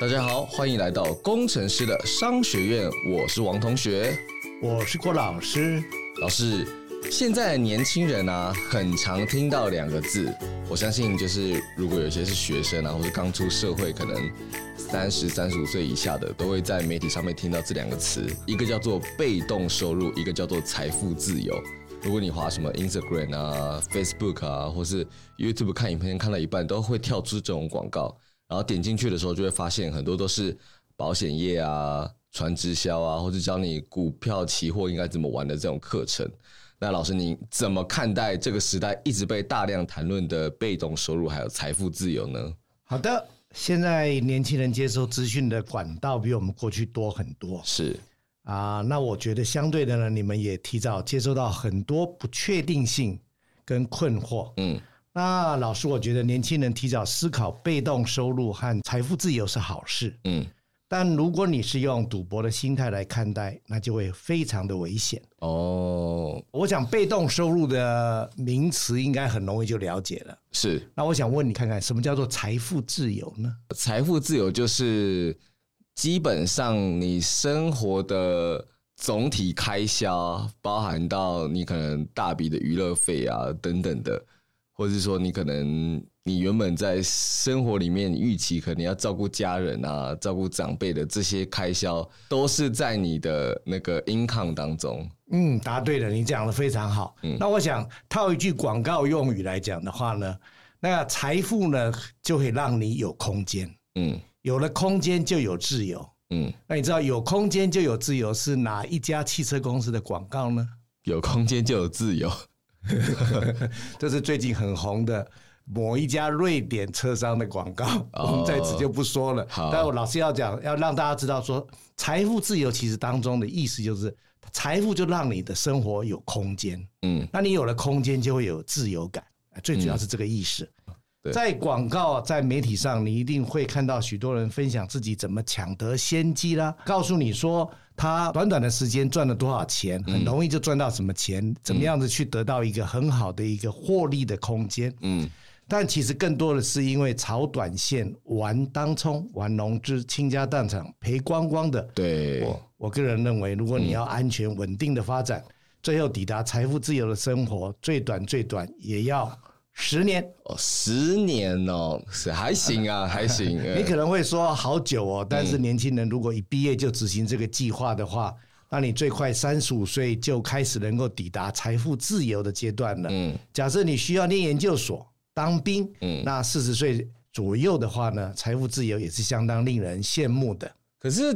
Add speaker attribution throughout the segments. Speaker 1: 大家好，欢迎来到工程师的商学院，我是王同学。
Speaker 2: 我是郭老师，
Speaker 1: 老师，现在的年轻人啊，很常听到两个字，我相信就是如果有些是学生啊，或者刚出社会，可能三十、三十五岁以下的，都会在媒体上面听到这两个词，一个叫做被动收入，一个叫做财富自由。如果你滑什么 Instagram 啊、Facebook 啊，或是 YouTube 看影片看到一半，都会跳出这种广告。然后点进去的时候，就会发现很多都是保险业啊、传直销啊，或者教你股票、期货应该怎么玩的这种课程。那老师，你怎么看待这个时代一直被大量谈论的被动收入还有财富自由呢？
Speaker 2: 好的。现在年轻人接收资讯的管道比我们过去多很多
Speaker 1: 是
Speaker 2: 啊，那我觉得相对的呢，你们也提早接收到很多不确定性跟困惑。
Speaker 1: 嗯，
Speaker 2: 那老师，我觉得年轻人提早思考被动收入和财富自由是好事，
Speaker 1: 嗯，
Speaker 2: 但如果你是用赌博的心态来看待，那就会非常的危险。
Speaker 1: 哦，
Speaker 2: 我想被动收入的名词应该很容易就了解了。
Speaker 1: 是
Speaker 2: 那我想问你看看，什么叫做财富自由呢？
Speaker 1: 财富自由就是基本上你生活的总体开销，包含到你可能大笔的娱乐费啊等等的，或者是说你可能你原本在生活里面预期可能要照顾家人啊、照顾长辈的这些开销，都是在你的那个 income 当中。
Speaker 2: 嗯，答对了，你讲的非常好。那我想套一句广告用语来讲的话呢，那财富呢就会让你有空间，
Speaker 1: 嗯
Speaker 2: 有了空间就有自由。
Speaker 1: 嗯，
Speaker 2: 那你知道有空间就有自由是哪一家汽车公司的广告呢？
Speaker 1: 有空间就有自由。
Speaker 2: 这是最近很红的某一家瑞典车商的广告，
Speaker 1: 哦
Speaker 2: 我们在此就不说了。
Speaker 1: 好
Speaker 2: 但我老师要讲，要让大家知道说，财富自由其实当中的意思就是，财富就让你的生活有空间，
Speaker 1: 嗯，
Speaker 2: 那你有了空间就会有自由感，啊最主要是这个意识。
Speaker 1: 对
Speaker 2: 在广告、在媒体上，你一定会看到许多人分享自己怎么抢得先机啦，告诉你说他短短的时间赚了多少钱，很容易就赚到什么钱，怎么样子去得到一个很好的一个获利的空间。
Speaker 1: 嗯，
Speaker 2: 但其实更多的是因为炒短线、玩当冲、玩融资、倾家荡产、赔光光的。
Speaker 1: 对，
Speaker 2: 我我个人认为，如果你要安全稳定的发
Speaker 1: 嗯
Speaker 2: 展，最后抵达财富自由的生活，最短最短也要十年。
Speaker 1: 哦，十年哦，是还行啊，还 行。
Speaker 2: 你
Speaker 1: 嗯
Speaker 2: 可能会说好久哦，但是年轻人如果一毕业就执行这个计划的话，那你最快三十五岁就开始能够抵达财富自由的阶段了。
Speaker 1: 嗯
Speaker 2: 假设你需要念研究所、当兵，
Speaker 1: 嗯
Speaker 2: 那四十岁左右的话呢，财富自由也是相当令人羡慕的。
Speaker 1: 可是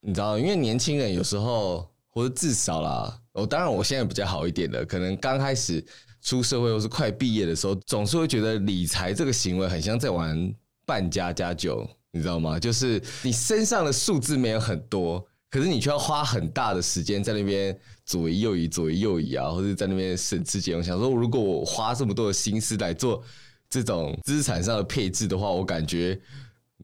Speaker 1: 你知道，因为年轻人有时候，或者至少啦，我、当然我现在比较好一点的，可能刚开始出社会或是快毕业的时候，总是会觉得理财这个行为很像在玩半家家酒，你知道吗？就是你身上的数字没有很多。可是你却要花很大的时间在那边左移右移左移右移啊，或者在那边省吃俭用。想说，如果我花这么多的心思来做这种资产上的配置的话，我感觉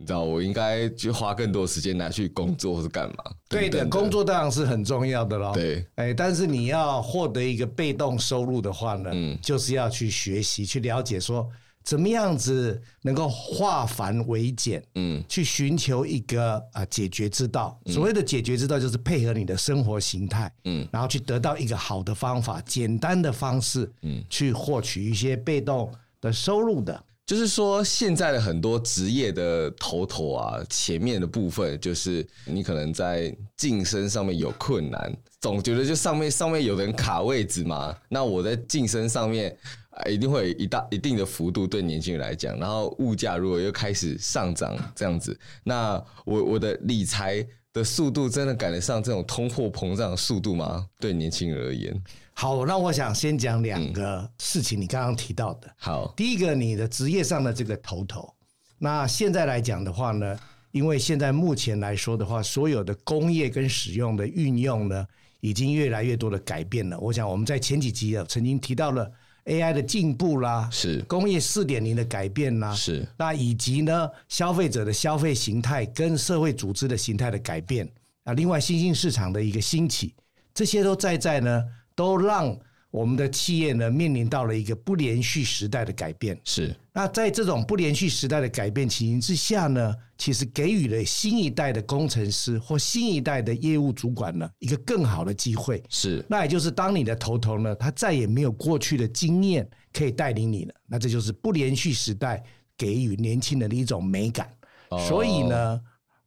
Speaker 1: 你知道，我应该去花更多时间拿去工作或是干嘛？
Speaker 2: 对的，
Speaker 1: 等等
Speaker 2: 工作当然是很重要的喽。
Speaker 1: 对，
Speaker 2: 哎，但是你要获得一个被动收入的话呢，
Speaker 1: 嗯
Speaker 2: 就是要去学习、去了解说怎么样子能够化繁为简，
Speaker 1: 嗯
Speaker 2: 去寻求一个啊、呃解决之道。所谓的解决之道，就是配合你的生活形态，
Speaker 1: 嗯，
Speaker 2: 然后去得到一个好的方法、简单的方式，
Speaker 1: 嗯，
Speaker 2: 去获取一些被动的收入的。
Speaker 1: 就是说现在的很多职业的头头啊，前面的部分就是你可能在晋升上面有困难，总觉得就上面上面有人卡位置嘛，那我在晋升上面。呃一定会有一大一定的幅度对年轻人来讲，然后物价如果又开始上涨这样子，那我我的理财的速度真的赶得上这种通货膨胀的速度吗？对年轻人而言，
Speaker 2: 好，那我想先讲
Speaker 1: 嗯
Speaker 2: 两个事情，你刚刚提到的。
Speaker 1: 好，
Speaker 2: 第一个，你的职业上的这个头头。那现在来讲的话呢，因为现在目前来说的话，所有的工业跟使用的运用呢，已经越来越多的改变了。我想我们在前几集啊，曾经提到了 AI 的进步啦，
Speaker 1: 是
Speaker 2: 工业四点零的改变啦，
Speaker 1: 是
Speaker 2: 那以及呢消费者的消费形态跟社会组织的形态的改变啊，另外新兴市场的一个兴起，这些都在在呢，都让我们的企业呢面临到了一个不连续时代的改变。
Speaker 1: 是
Speaker 2: 那在这种不连续时代的改变情形之下呢，其实给予了新一代的工程师或新一代的业务主管呢一个更好的机会。
Speaker 1: 是
Speaker 2: 那也就是当你的头头呢，他再也没有过去的经验可以带领你了，那这就是不连续时代给予年轻人的一种美感。
Speaker 1: 哦
Speaker 2: 所以呢，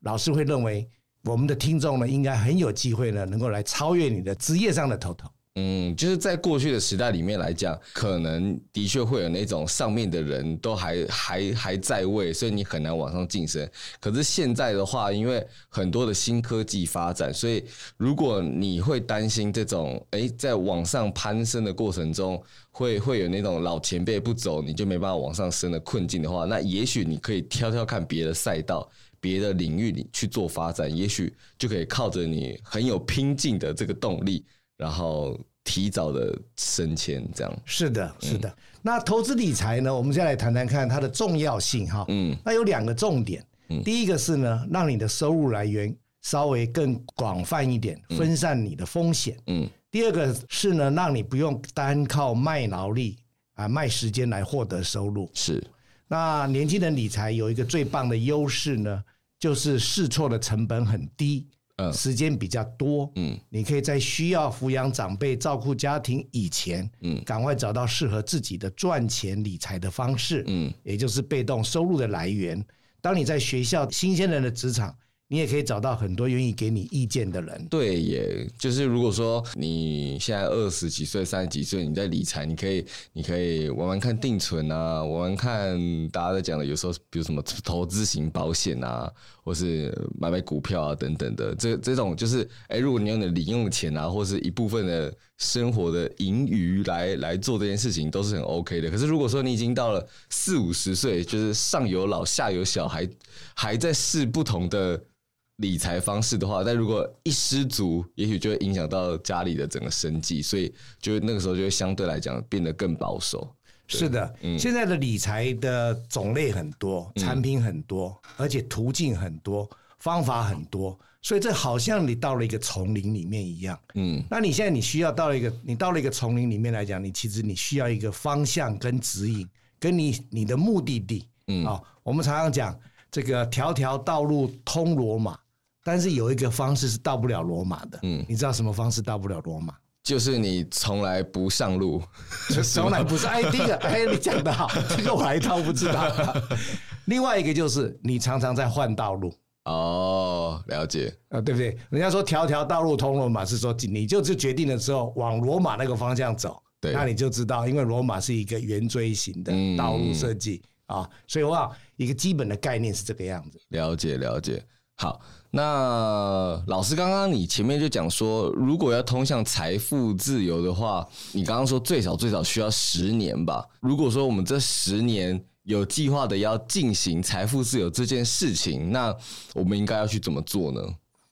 Speaker 2: 老师会认为我们的听众呢，应该很有机会呢，能够来超越你的职业上的头头。
Speaker 1: 嗯，就是在过去的时代里面来讲，可能的确会有那种上面的人都还还还在位，所以你很难往上晋升。可是现在的话，因为很多的新科技发展，所以如果你会担心这种，哎、在往上攀升的过程中，会会有那种老前辈不走，你就没办法往上升的困境的话，那也许你可以挑挑看别的赛道。别的领域里去做发展，也许就可以靠着你很有拼劲的这个动力，然后提早的升迁，这样。
Speaker 2: 是的，
Speaker 1: 嗯
Speaker 2: 是的。那投资理财呢，我们再来谈谈看它的重要性哈。
Speaker 1: 嗯，
Speaker 2: 那有两个重点，第一个是呢，让你的收入来源稍微更广泛一点，分散你的风险。
Speaker 1: 嗯，
Speaker 2: 第二个是呢，让你不用单靠卖劳力啊、卖时间来获得收入。
Speaker 1: 是
Speaker 2: 那年轻人理财有一个最棒的优势呢，就是试错的成本很低，
Speaker 1: 嗯
Speaker 2: 时间比较多，
Speaker 1: 嗯，
Speaker 2: 你可以在需要抚养长辈、照顾家庭以前，
Speaker 1: 嗯
Speaker 2: 赶快找到适合自己的赚钱理财的方式，
Speaker 1: 嗯，
Speaker 2: 也就是被动收入的来源。当你在学校、新鲜人的职场，你也可以找到很多愿意给你意见的人。
Speaker 1: 对耶，就是如果说你现在二十几岁、三十几岁，你在理财，你可以，你可以玩玩看定存啊，玩玩看大家在讲的，有时候比如什么投资型保险啊，或是买买股票啊等等的，这这种就是，哎，如果你用你的零用钱啊，或是一部分的生活的盈余来来做这件事情，都是很 OK 的。可是如果说你已经到了四五十岁，就是上有老下有小，还还在试不同的。理财方式的话，但如果一失足，也许就会影响到家里的整个生计，所以就那个时候就会相对来讲变得更保守。
Speaker 2: 是的，现在的理财的种类很多，产品很多，而且途径很多，方法很多，所以这好像你到了一个丛林里面一样。
Speaker 1: 嗯，
Speaker 2: 那你现在你需要到了一个，你到了一个丛林里面来讲，你其实你需要一个方向跟指引，跟你你的目的地。嗯，好、我们常常讲这个条条道路通罗马，但是有一个方式是到不了罗马的。嗯，你知道什么方式到不了罗马？
Speaker 1: 就是你从来不上路，
Speaker 2: 从来 不是。哎，第一个，哎，你讲的好，这个我还倒不知道。另外一个就是你常常在换道路，
Speaker 1: 哦，了解，
Speaker 2: 啊，对不对？人家说条条道路通罗马，是说你就是决定了之后往罗马那个方向走，
Speaker 1: 对
Speaker 2: 那你就知道，因为罗马是一个圆锥形的
Speaker 1: 嗯
Speaker 2: 道路设计、啊，所以我想一个基本的概念是这个样子。
Speaker 1: 了解，了解。好，那老师刚刚你前面就讲说，如果要通向财富自由的话，你刚刚说最少最少需要十年吧？如果说我们这十年有计划的要进行财富自由这件事情，那我们应该要去怎么做呢？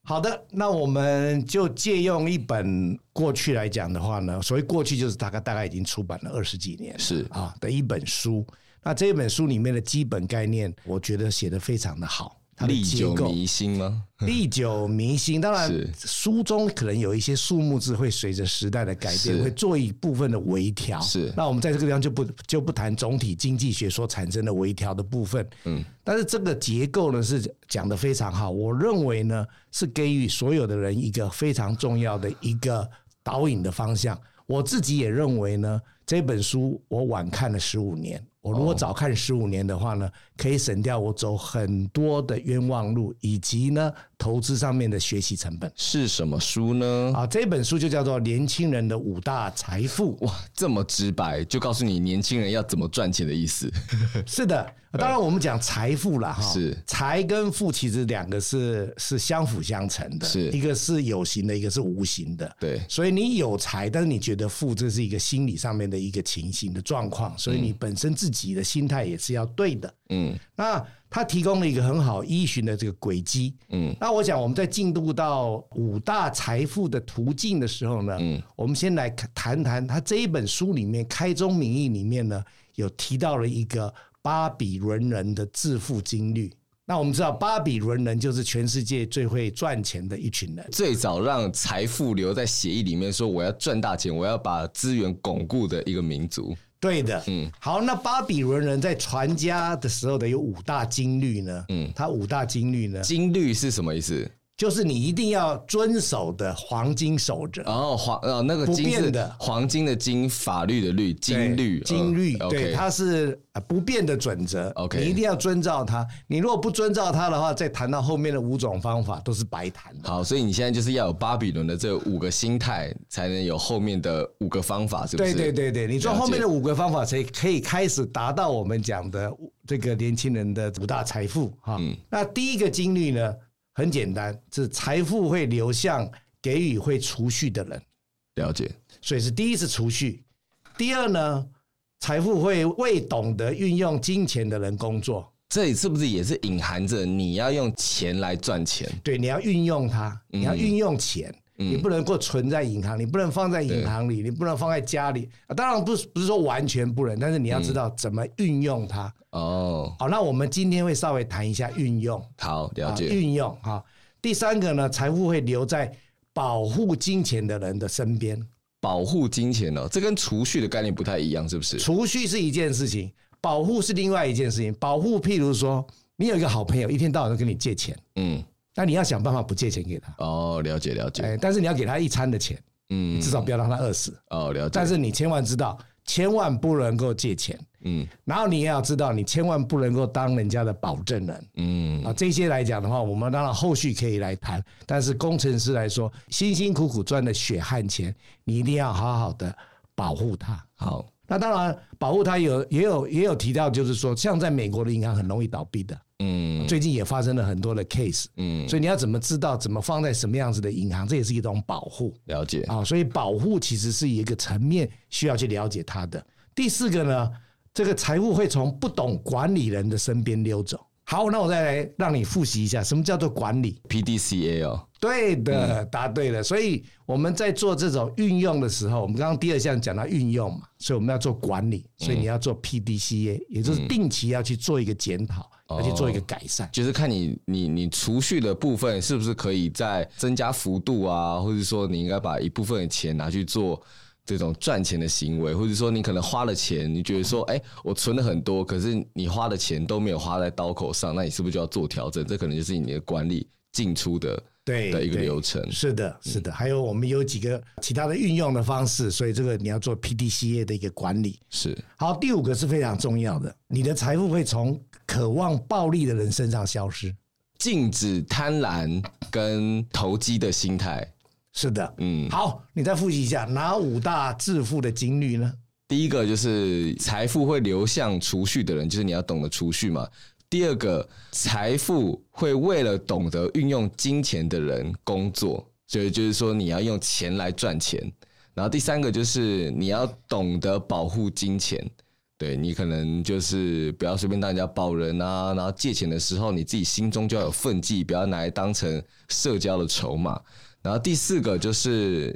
Speaker 2: 好的，那我们就借用一本过去来讲的话呢，所谓过去就是大概大概已经出版了二十几年了
Speaker 1: 是
Speaker 2: 啊的一本书。那这一本书里面的基本概念，我觉得写的非常的好，它的
Speaker 1: 历
Speaker 2: 结
Speaker 1: 久
Speaker 2: 构
Speaker 1: 弥新吗？
Speaker 2: 历久弥新。当然
Speaker 1: 是，
Speaker 2: 书中可能有一些数目字会随着时代的改
Speaker 1: 是
Speaker 2: 变，会做一部分的微调。
Speaker 1: 是
Speaker 2: 那我们在这个地方就不就不谈总体经济学所产生的微调的部分。嗯，但是这个结构呢是讲的非常好，我认为呢是给予所有的人一个非常重要的一个导引的方向。我自己也认为呢，这本书我晚看了十五年。我如果早看十五年的话呢，可以省掉我走很多的冤枉路，以及呢投资上面的学习成本。
Speaker 1: 是什么书呢？
Speaker 2: 啊，这本书就叫做《年轻人的五大财富》。
Speaker 1: 哇，这么直白，就告诉你年轻人要怎么赚钱的意思。
Speaker 2: 是的，当然我们讲财富啦，哈，
Speaker 1: 是
Speaker 2: 财跟富其实两个是是相辅相成的，
Speaker 1: 是
Speaker 2: 一个是有形的，一个是无形的，
Speaker 1: 对
Speaker 2: 所以你有财，但是你觉得富，这是一个心理上面的一个情形的状况，所以你本身自己的心态也是要对的。
Speaker 1: 嗯
Speaker 2: 那他提供了一个很好依循的这个轨迹。
Speaker 1: 嗯，
Speaker 2: 那我想我们在进入到五大财富的途径的时候呢，嗯，我们先来谈谈他这一本书里面《开宗明义》里面呢，有提到了一个巴比伦人的致富经历。那我们知道，巴比伦人就是全世界最会赚钱的一群人。
Speaker 1: 最早让财富留在协议里面，说我要赚大钱，我要把资源巩固的一个民族。
Speaker 2: 对的，嗯，好，那巴比伦人在传家的时候的有五大经律呢，嗯，他五大经律呢，
Speaker 1: 金律是什么意思？
Speaker 2: 就是你一定要遵守的黄金守则。
Speaker 1: 哦，黄哦，那个
Speaker 2: 不
Speaker 1: 金是
Speaker 2: 变的
Speaker 1: 黄金的金，法律的律，金律，
Speaker 2: 金律，
Speaker 1: 嗯
Speaker 2: 对，
Speaker 1: OK
Speaker 2: 它是呃不变的准则。
Speaker 1: OK
Speaker 2: 你一定要遵照它。你如果不遵照它的话，再谈到后面的五种方法都是白谈的。
Speaker 1: 好，所以你现在就是要有巴比伦的这五个心态，才能有后面的五个方法，是不
Speaker 2: 对
Speaker 1: 是？
Speaker 2: 对对对，你说
Speaker 1: 了解
Speaker 2: 后面的五个方法才可以开始达到我们讲的这个年轻人的五大财富哈。
Speaker 1: 嗯
Speaker 2: 那第一个经历呢，很简单，是财富会流向给予会储蓄的人，
Speaker 1: 了解。
Speaker 2: 所以是第一是储蓄。第二呢，财富会为懂得运用金钱的人工作。
Speaker 1: 这里是不是也是隐含着你要用钱来赚钱？
Speaker 2: 对，你要运用它，
Speaker 1: 嗯
Speaker 2: 你要运用钱，你不能够存在银行，你不能放在银行里，你不能放在家里。啊、当然不是不是说完全不能，但是
Speaker 1: 嗯
Speaker 2: 你要知道怎么运用它。
Speaker 1: 哦，
Speaker 2: 好，那我们今天会稍微谈一下运用，
Speaker 1: 好，了
Speaker 2: 啊，
Speaker 1: 解。
Speaker 2: 运用啊。第三个呢，财富会留在保护金钱的人的身边。
Speaker 1: 保护金钱哦，这跟储蓄的概念不太一样，是不是？
Speaker 2: 储蓄是一件事情，保护是另外一件事情。保护，譬如说，你有一个好朋友，一天到晚都跟你借钱，
Speaker 1: 嗯，
Speaker 2: 那你要想办法不借钱给他，
Speaker 1: 哦，了解了解。
Speaker 2: 哎，但是你要给他一餐的钱，
Speaker 1: 嗯，
Speaker 2: 至少不要让他饿死。
Speaker 1: 哦，了解。
Speaker 2: 但是你千万知道，千万不能够借钱。
Speaker 1: 嗯
Speaker 2: 然后你也要知道，你千万不能够当人家的保证人
Speaker 1: 嗯，
Speaker 2: 啊。这些来讲的话，我们当然后续可以来谈。但是工程师来说，辛辛苦苦赚的血汗钱，你一定要好好的保护它。
Speaker 1: 好，
Speaker 2: 那当然，保护它有也有也有提到，就是说，像在美国的银行很容易倒闭的，
Speaker 1: 嗯
Speaker 2: 最近也发生了很多的 case。
Speaker 1: 嗯，
Speaker 2: 所以你要怎么知道怎么放在什么样子的银行，这也是一种保护。
Speaker 1: 了解。
Speaker 2: 啊，所以保护其实是一个层面需要去了解它的。第四个呢，这个财务会从不懂管理人的身边溜走。好，那我再来让你复习一下，什么叫做管理？
Speaker 1: PDCA 哦，
Speaker 2: 对的，答对了。所以我们在做这种运用的时候，我们刚刚第二项讲到运用嘛，所以我们要做管理，所以你要做 PDCA，也就是定期要去做一个检讨，要去做一个改善。
Speaker 1: 就是看你你你储蓄的部分是不是可以再增加幅度啊，或者说你应该把一部分的钱拿去做这种赚钱的行为，或者说你可能花了钱，你觉得说，哎、我存了很多，可是你花的钱都没有花在刀口上，那你是不是就要做调整？这可能就是你的管理进出的
Speaker 2: 对
Speaker 1: 的一个
Speaker 2: 对
Speaker 1: 流程。
Speaker 2: 是的，是的，还有我们有几个其他的运用的方式，所以这个你要做 PDCA 的一个管理。
Speaker 1: 是
Speaker 2: 好，第五个是非常重要的，你的财富会从渴望暴利的人身上消失。
Speaker 1: 禁止贪婪跟投机的心态。
Speaker 2: 是的，
Speaker 1: 嗯，
Speaker 2: 好，你再复习一下哪五大致富的金律呢？
Speaker 1: 第一个就是财富会流向储蓄的人，就是你要懂得储蓄嘛。第二个，财富会为了懂得运用金钱的人工作，所以就是说你要用钱来赚钱。然后第三个就是你要懂得保护金钱，对你可能就是不要随便当人家保人啊，然后借钱的时候你自己心中就要有分际，不要拿来当成社交的筹码。然后第四个就是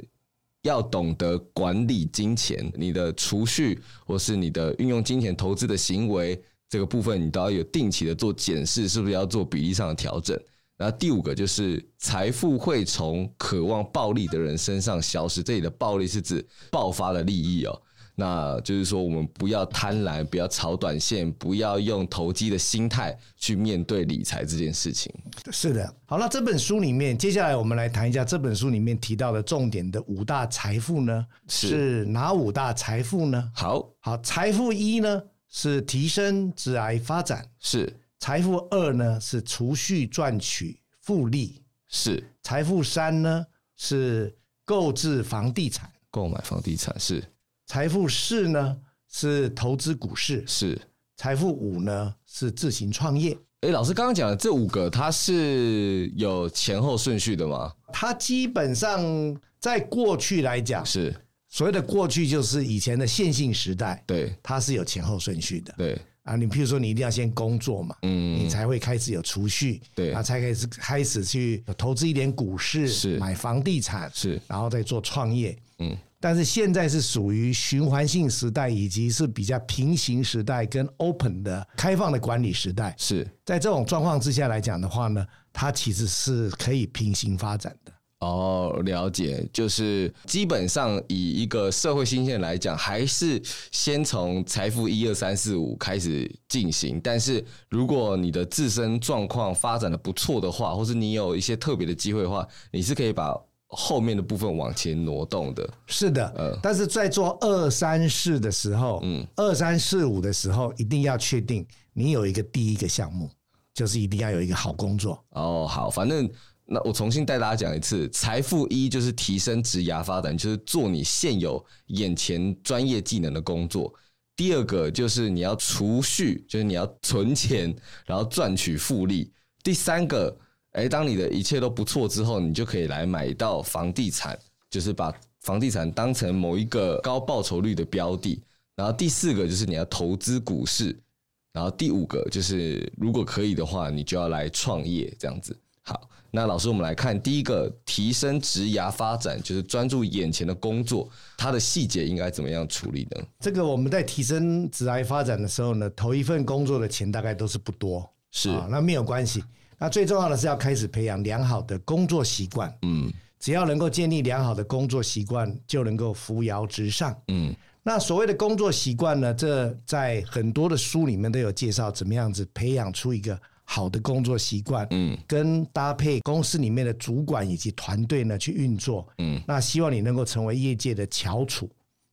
Speaker 1: 要懂得管理金钱，你的储蓄或是你的运用金钱投资的行为这个部分，你都要有定期的做检视，是不是要做比例上的调整。然后第五个就是财富会从渴望暴利的人身上消失，这里的暴利是指爆发的利益哦。那就是说，我们不要贪婪，不要炒短线，不要用投机的心态去面对理财这件事情。
Speaker 2: 是的，好，那这本书里面，接下来我们来谈一下这本书里面提到的重点的五大财富呢，
Speaker 1: 是
Speaker 2: 是哪五大财富呢？
Speaker 1: 好，
Speaker 2: 好，财富一呢是提升致癌发展，
Speaker 1: 是
Speaker 2: 财富二呢是储蓄赚取复利，
Speaker 1: 是
Speaker 2: 财富三呢是购置房地产，
Speaker 1: 购买房地产，是
Speaker 2: 财富四呢是投资股市，
Speaker 1: 是。
Speaker 2: 财富五呢是自行创业。
Speaker 1: 哎，老师刚刚讲的这五个，它是有前后顺序的吗？
Speaker 2: 它基本上在过去来讲，
Speaker 1: 是，
Speaker 2: 所谓的过去就是以前的线性时代，
Speaker 1: 对，
Speaker 2: 它是有前后顺序的
Speaker 1: 对，
Speaker 2: 啊。你譬如说，你一定要先工作嘛，
Speaker 1: 嗯
Speaker 2: 你，才会开始有储蓄，
Speaker 1: 对
Speaker 2: 然后才开始开始去投资一点股市，
Speaker 1: 是
Speaker 2: 买房地产，
Speaker 1: 是
Speaker 2: 然后再做创业，
Speaker 1: 嗯。
Speaker 2: 但是现在是属于循环性时代，以及是比较平行时代跟 open 的开放的管理时代。
Speaker 1: 是
Speaker 2: 在这种状况之下来讲的话呢，它其实是可以平行发展的。
Speaker 1: 哦，了解，就是基本上以一个社会新鲜人来讲，还是先从财富一二三四五开始进行。但是如果你的自身状况发展的不错的话，或是你有一些特别的机会的话，你是可以把后面的部分往前挪动的。
Speaker 2: 是的，但是在做二三四的时候，嗯，二三四五的时候，一定要确定你有一个第一个项目，就是一定要有一个好工作。
Speaker 1: 哦，好，反正那我重新带大家讲一次，财富一就是提升职涯发展，就是做你现有眼前专业技能的工作。第二个就是你要储蓄，就是你要存钱，然后赚取复利。第三个，哎，当你的一切都不错之后，你就可以来买到房地产，就是把房地产当成某一个高报酬率的标的。然后第四个就是你要投资股市，然后第五个就是，如果可以的话，你就要来创业这样子。好，那老师，我们来看第一个，提升职涯发展，就是专注眼前的工作，它的细节应该怎么样处理呢？
Speaker 2: 这个我们在提升职涯发展的时候呢，头一份工作的钱大概都是不多，
Speaker 1: 是
Speaker 2: 啊，那没有关系。那最重要的是要开始培养良好的工作习惯，
Speaker 1: 嗯
Speaker 2: 只要能够建立良好的工作习惯，就能够扶摇直上。
Speaker 1: 嗯，
Speaker 2: 那所谓的工作习惯呢，这在很多的书里面都有介绍，怎么样子培养出一个好的工作习惯，嗯，跟搭配公司里面的主管以及团队呢去运作，嗯，那希望你能够成为业界的翘楚，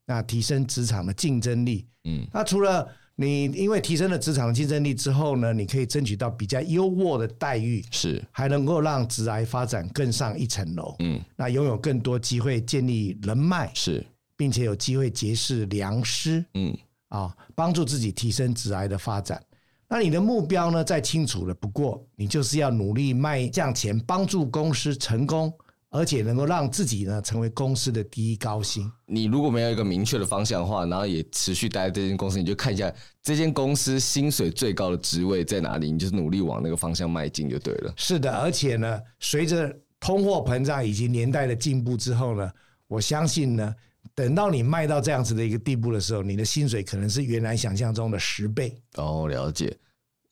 Speaker 2: 那提升职场的竞争力，嗯，那除了你因为提升了职场的竞争力之后呢，你可以争取到比较优渥的待遇，
Speaker 1: 是
Speaker 2: 还能够让职癌发展更上一层楼，
Speaker 1: 嗯，
Speaker 2: 那拥有更多机会建立人脉，
Speaker 1: 是，
Speaker 2: 并且有机会结识良师，
Speaker 1: 嗯
Speaker 2: 啊，帮助自己提升职癌的发展。那你的目标呢？再清楚了，不过你就是要努力迈向前，帮助公司成功，而且能够让自己呢成为公司的第一高薪。
Speaker 1: 你如果没有一个明确的方向的话，然后也持续待在这间公司，你就看一下这间公司薪水最高的职位在哪里，你就是努力往那个方向迈进就对了。
Speaker 2: 是的，而且呢，随着通货膨胀以及年代的进步之后呢，我相信呢，等到你卖到这样子的一个地步的时候，你的薪水可能是原来想象中的十倍。
Speaker 1: 哦，了解。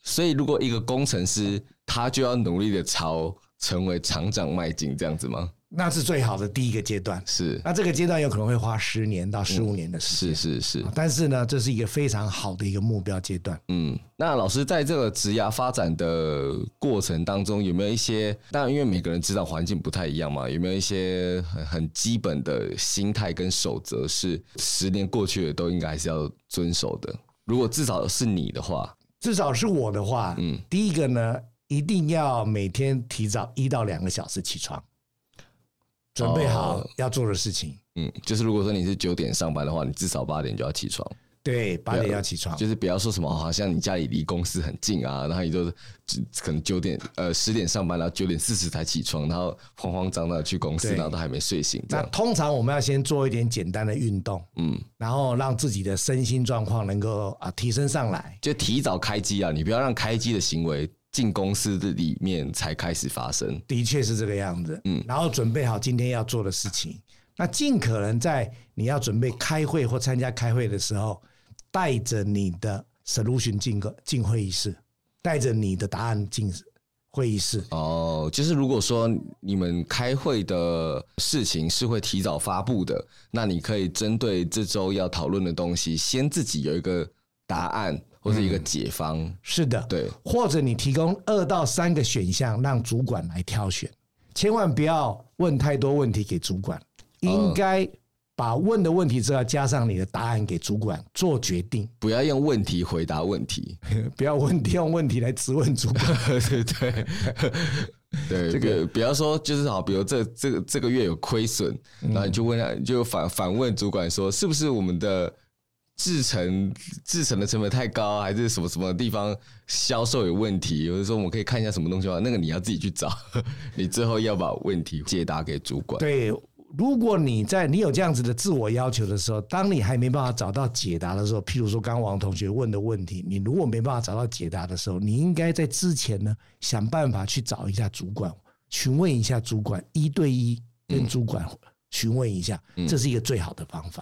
Speaker 1: 所以，如果一个工程师，他就要努力的朝成为厂长迈进，这样子吗？
Speaker 2: 那是最好的第一个阶段。
Speaker 1: 是
Speaker 2: 那这个阶段有可能会花十年到十五年的时
Speaker 1: 是是
Speaker 2: 间，
Speaker 1: 是
Speaker 2: 啊，但是呢，这是一个非常好的一个目标阶段。
Speaker 1: 嗯。那老师在这个职涯发展的过程当中，有没有一些？当然，因为每个人职场环境不太一样嘛，有没有一些很很基本的心态跟守则是十年过去了都应该还是要遵守的？如果至少是你的话，
Speaker 2: 至少是我的话，
Speaker 1: 嗯
Speaker 2: 第一个呢，一定要每天提早一到两个小时起床，准备好
Speaker 1: 哦
Speaker 2: 要做的事情。
Speaker 1: 嗯，就是如果说你是九点上班的话，你至少八点就要起床。
Speaker 2: 对，八点要起床，
Speaker 1: 就是不要说什么，好像你家里离公司很近啊，然后你就是只可能九点呃十点上班，然后九点四十才起床，然后慌慌张张地去公司，
Speaker 2: 对
Speaker 1: 然后都还没睡醒，这
Speaker 2: 那
Speaker 1: 样
Speaker 2: 通常我们要先做一点简单的运动，
Speaker 1: 嗯，
Speaker 2: 然后让自己的身心状况能够啊提升上来。
Speaker 1: 就提早开机啊，你不要让开机的行为进公司的里面才开始发生。
Speaker 2: 的确是这个样子，嗯，然后准备好今天要做的事情，那尽可能在你要准备开会或参加开会的时候，带着你的 solution 进个进会议室，带着你的答案进会议室，
Speaker 1: 哦，就是如果说你们开会的事情是会提早发布的，那你可以针对这周要讨论的东西，先自己有一个答案或者一个解方。
Speaker 2: 是的，
Speaker 1: 对，
Speaker 2: 或者你提供二到三个选项让主管来挑选，千万不要问太多问题给主管，应该把问的问题之后加上你的答案给主管做决定，
Speaker 1: 不要用问题回答问题。
Speaker 2: 不要问用问题来质问主管。
Speaker 1: 对对，对，这个比方说就是好，比如这这个这个月有亏损，然后你就问他，你就反反问主管说，是不是我们的制成制成的成本太高，还是什么什么地方销售有问题？有的时候我们可以看一下什么东西啊，那个你要自己去找， 你最后要把问题解答给主管。
Speaker 2: 对，如果你在你有这样子的自我要求的时候，当你还没办法找到解答的时候，譬如说刚刚王同学问的问题，你如果没办法找到解答的时候，你应该在之前呢想办法去找一下主管，询问一下主管，一对一跟主管询问一下，
Speaker 1: 嗯
Speaker 2: 这是一个最好的方法。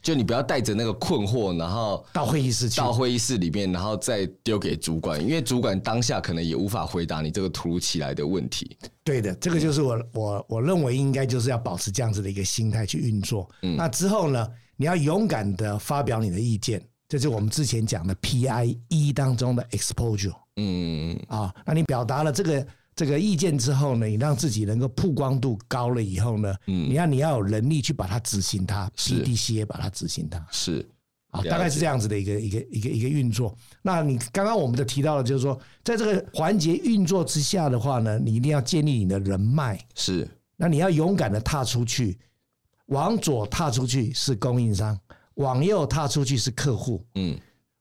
Speaker 1: 就你不要带着那个困惑，然后
Speaker 2: 到会议室去，
Speaker 1: 到会议室里面，然后再丢给主管，因为主管当下可能也无法回答你这个突如其来的问题。
Speaker 2: 对的，这个就是我我我认为应该就是要保持这样子的一个心态去运作。
Speaker 1: 嗯
Speaker 2: 那之后呢，你要勇敢的发表你的意见，这就是我们之前讲的 PIE 当中的 exposure
Speaker 1: 嗯，
Speaker 2: 啊。那你表达了这个这个意见之后呢，你让自己能够曝光度高了以后呢，你要你要有能力去把它执行它
Speaker 1: 嗯是
Speaker 2: ，PDCA 把它执行它。
Speaker 1: 是
Speaker 2: 啊，
Speaker 1: 了解
Speaker 2: 大概是这样子的一个一个一个一个运作。那你刚刚我们的提到了，就是说，在这个环节运作之下的话呢，你一定要建立你的人脉，
Speaker 1: 是，
Speaker 2: 那你要勇敢的踏出去，往左踏出去是供应商，往右踏出去是客户，
Speaker 1: 嗯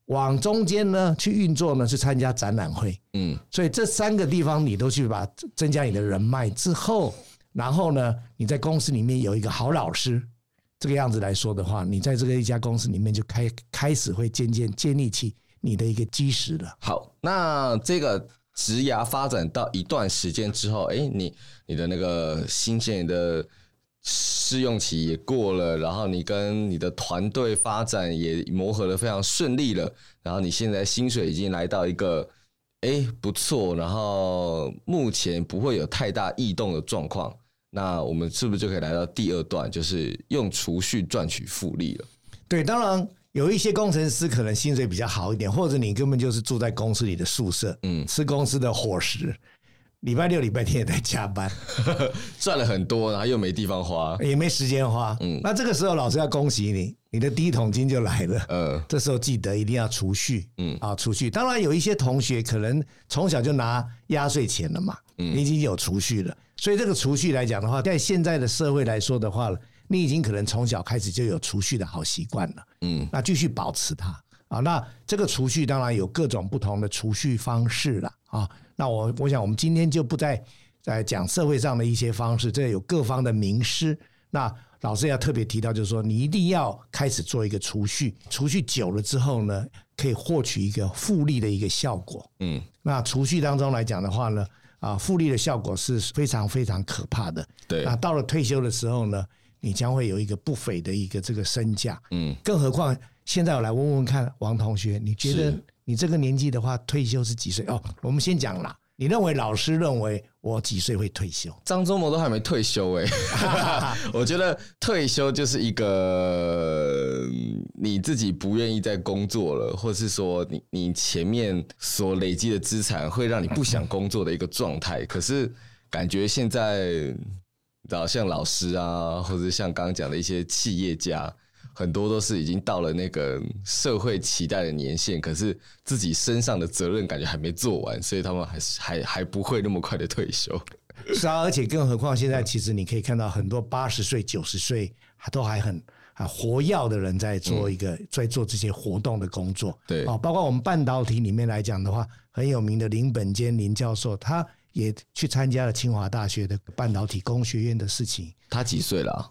Speaker 2: 往中间呢去运作呢去参加展览会，
Speaker 1: 嗯，
Speaker 2: 所以这三个地方你都去把增加你的人脉之后，然后呢你在公司里面有一个好老师，这个样子来说的话，你在这个一家公司里面就开开始会渐渐建立起你的一个基石了。
Speaker 1: 好，那这个职涯发展到一段时间之后，哎、你你的那个新鲜的试用期也过了，然后你跟你的团队发展也磨合的非常顺利了，然后你现在薪水已经来到一个。哎，不错，然后目前不会有太大异动的状况，那我们是不是就可以来到第二段，就是用储蓄赚取复利了？
Speaker 2: 对，当然有一些工程师可能薪水比较好一点，或者你根本就是住在公司里的宿舍，嗯，吃公司的伙食，礼拜六、礼拜天也在加 班，
Speaker 1: 赚了很多，然后又没地方花，
Speaker 2: 也没时间花。嗯，那这个时候老师要恭喜你，你的第一桶金就来了。
Speaker 1: 呃，
Speaker 2: 这时候记得一定要储蓄，嗯啊，储蓄。当然有一些同学可能从小就拿压岁钱了嘛，你已经有储蓄了，所以这个储蓄来讲的话，在现在的社会来说的话你已经可能从小开始就有储蓄的好习惯了，嗯，那继续保持它啊。那这个储蓄当然有各种不同的储蓄方式了啊。那我我想我们今天就不再在讲社会上的一些方式，这有各方的名师。那老师要特别提到，就是说你一定要开始做一个储蓄，储蓄久了之后呢，可以获取一个复利的一个效果。
Speaker 1: 嗯，
Speaker 2: 那储蓄当中来讲的话呢，啊，复利的效果是非常非常可怕的。
Speaker 1: 对
Speaker 2: 那到了退休的时候呢，你将会有一个不菲的一个这个身价。
Speaker 1: 嗯，
Speaker 2: 更何况现在我来问问看，王同学，你觉得
Speaker 1: 是
Speaker 2: 你这个年纪的话，退休是几岁？哦，我们先讲啦。你认为老师认为我几岁会退休？
Speaker 1: 张忠谋都还没退休 哎、我觉得退休就是一个嗯你自己不愿意再工作了，或是说你你前面所累积的资产会让你不想工作的一个状态。 可是感觉现在，老像老师啊，或者像刚刚讲的一些企业家，很多都是已经到了那个社会期待的年限，可是自己身上的责任感觉还没做完，所以他们还是还还不会那么快的退休。
Speaker 2: 是啊，而且更何况现在，其实你可以看到很多八十岁、九十岁都还很啊活跃的人在做一个、在做这些活动的工作。
Speaker 1: 嗯对
Speaker 2: 哦，包括我们半导体里面来讲的话，很有名的林本坚林教授，他也去参加了清华大学的半导体工学院的事情。
Speaker 1: 他几岁了啊、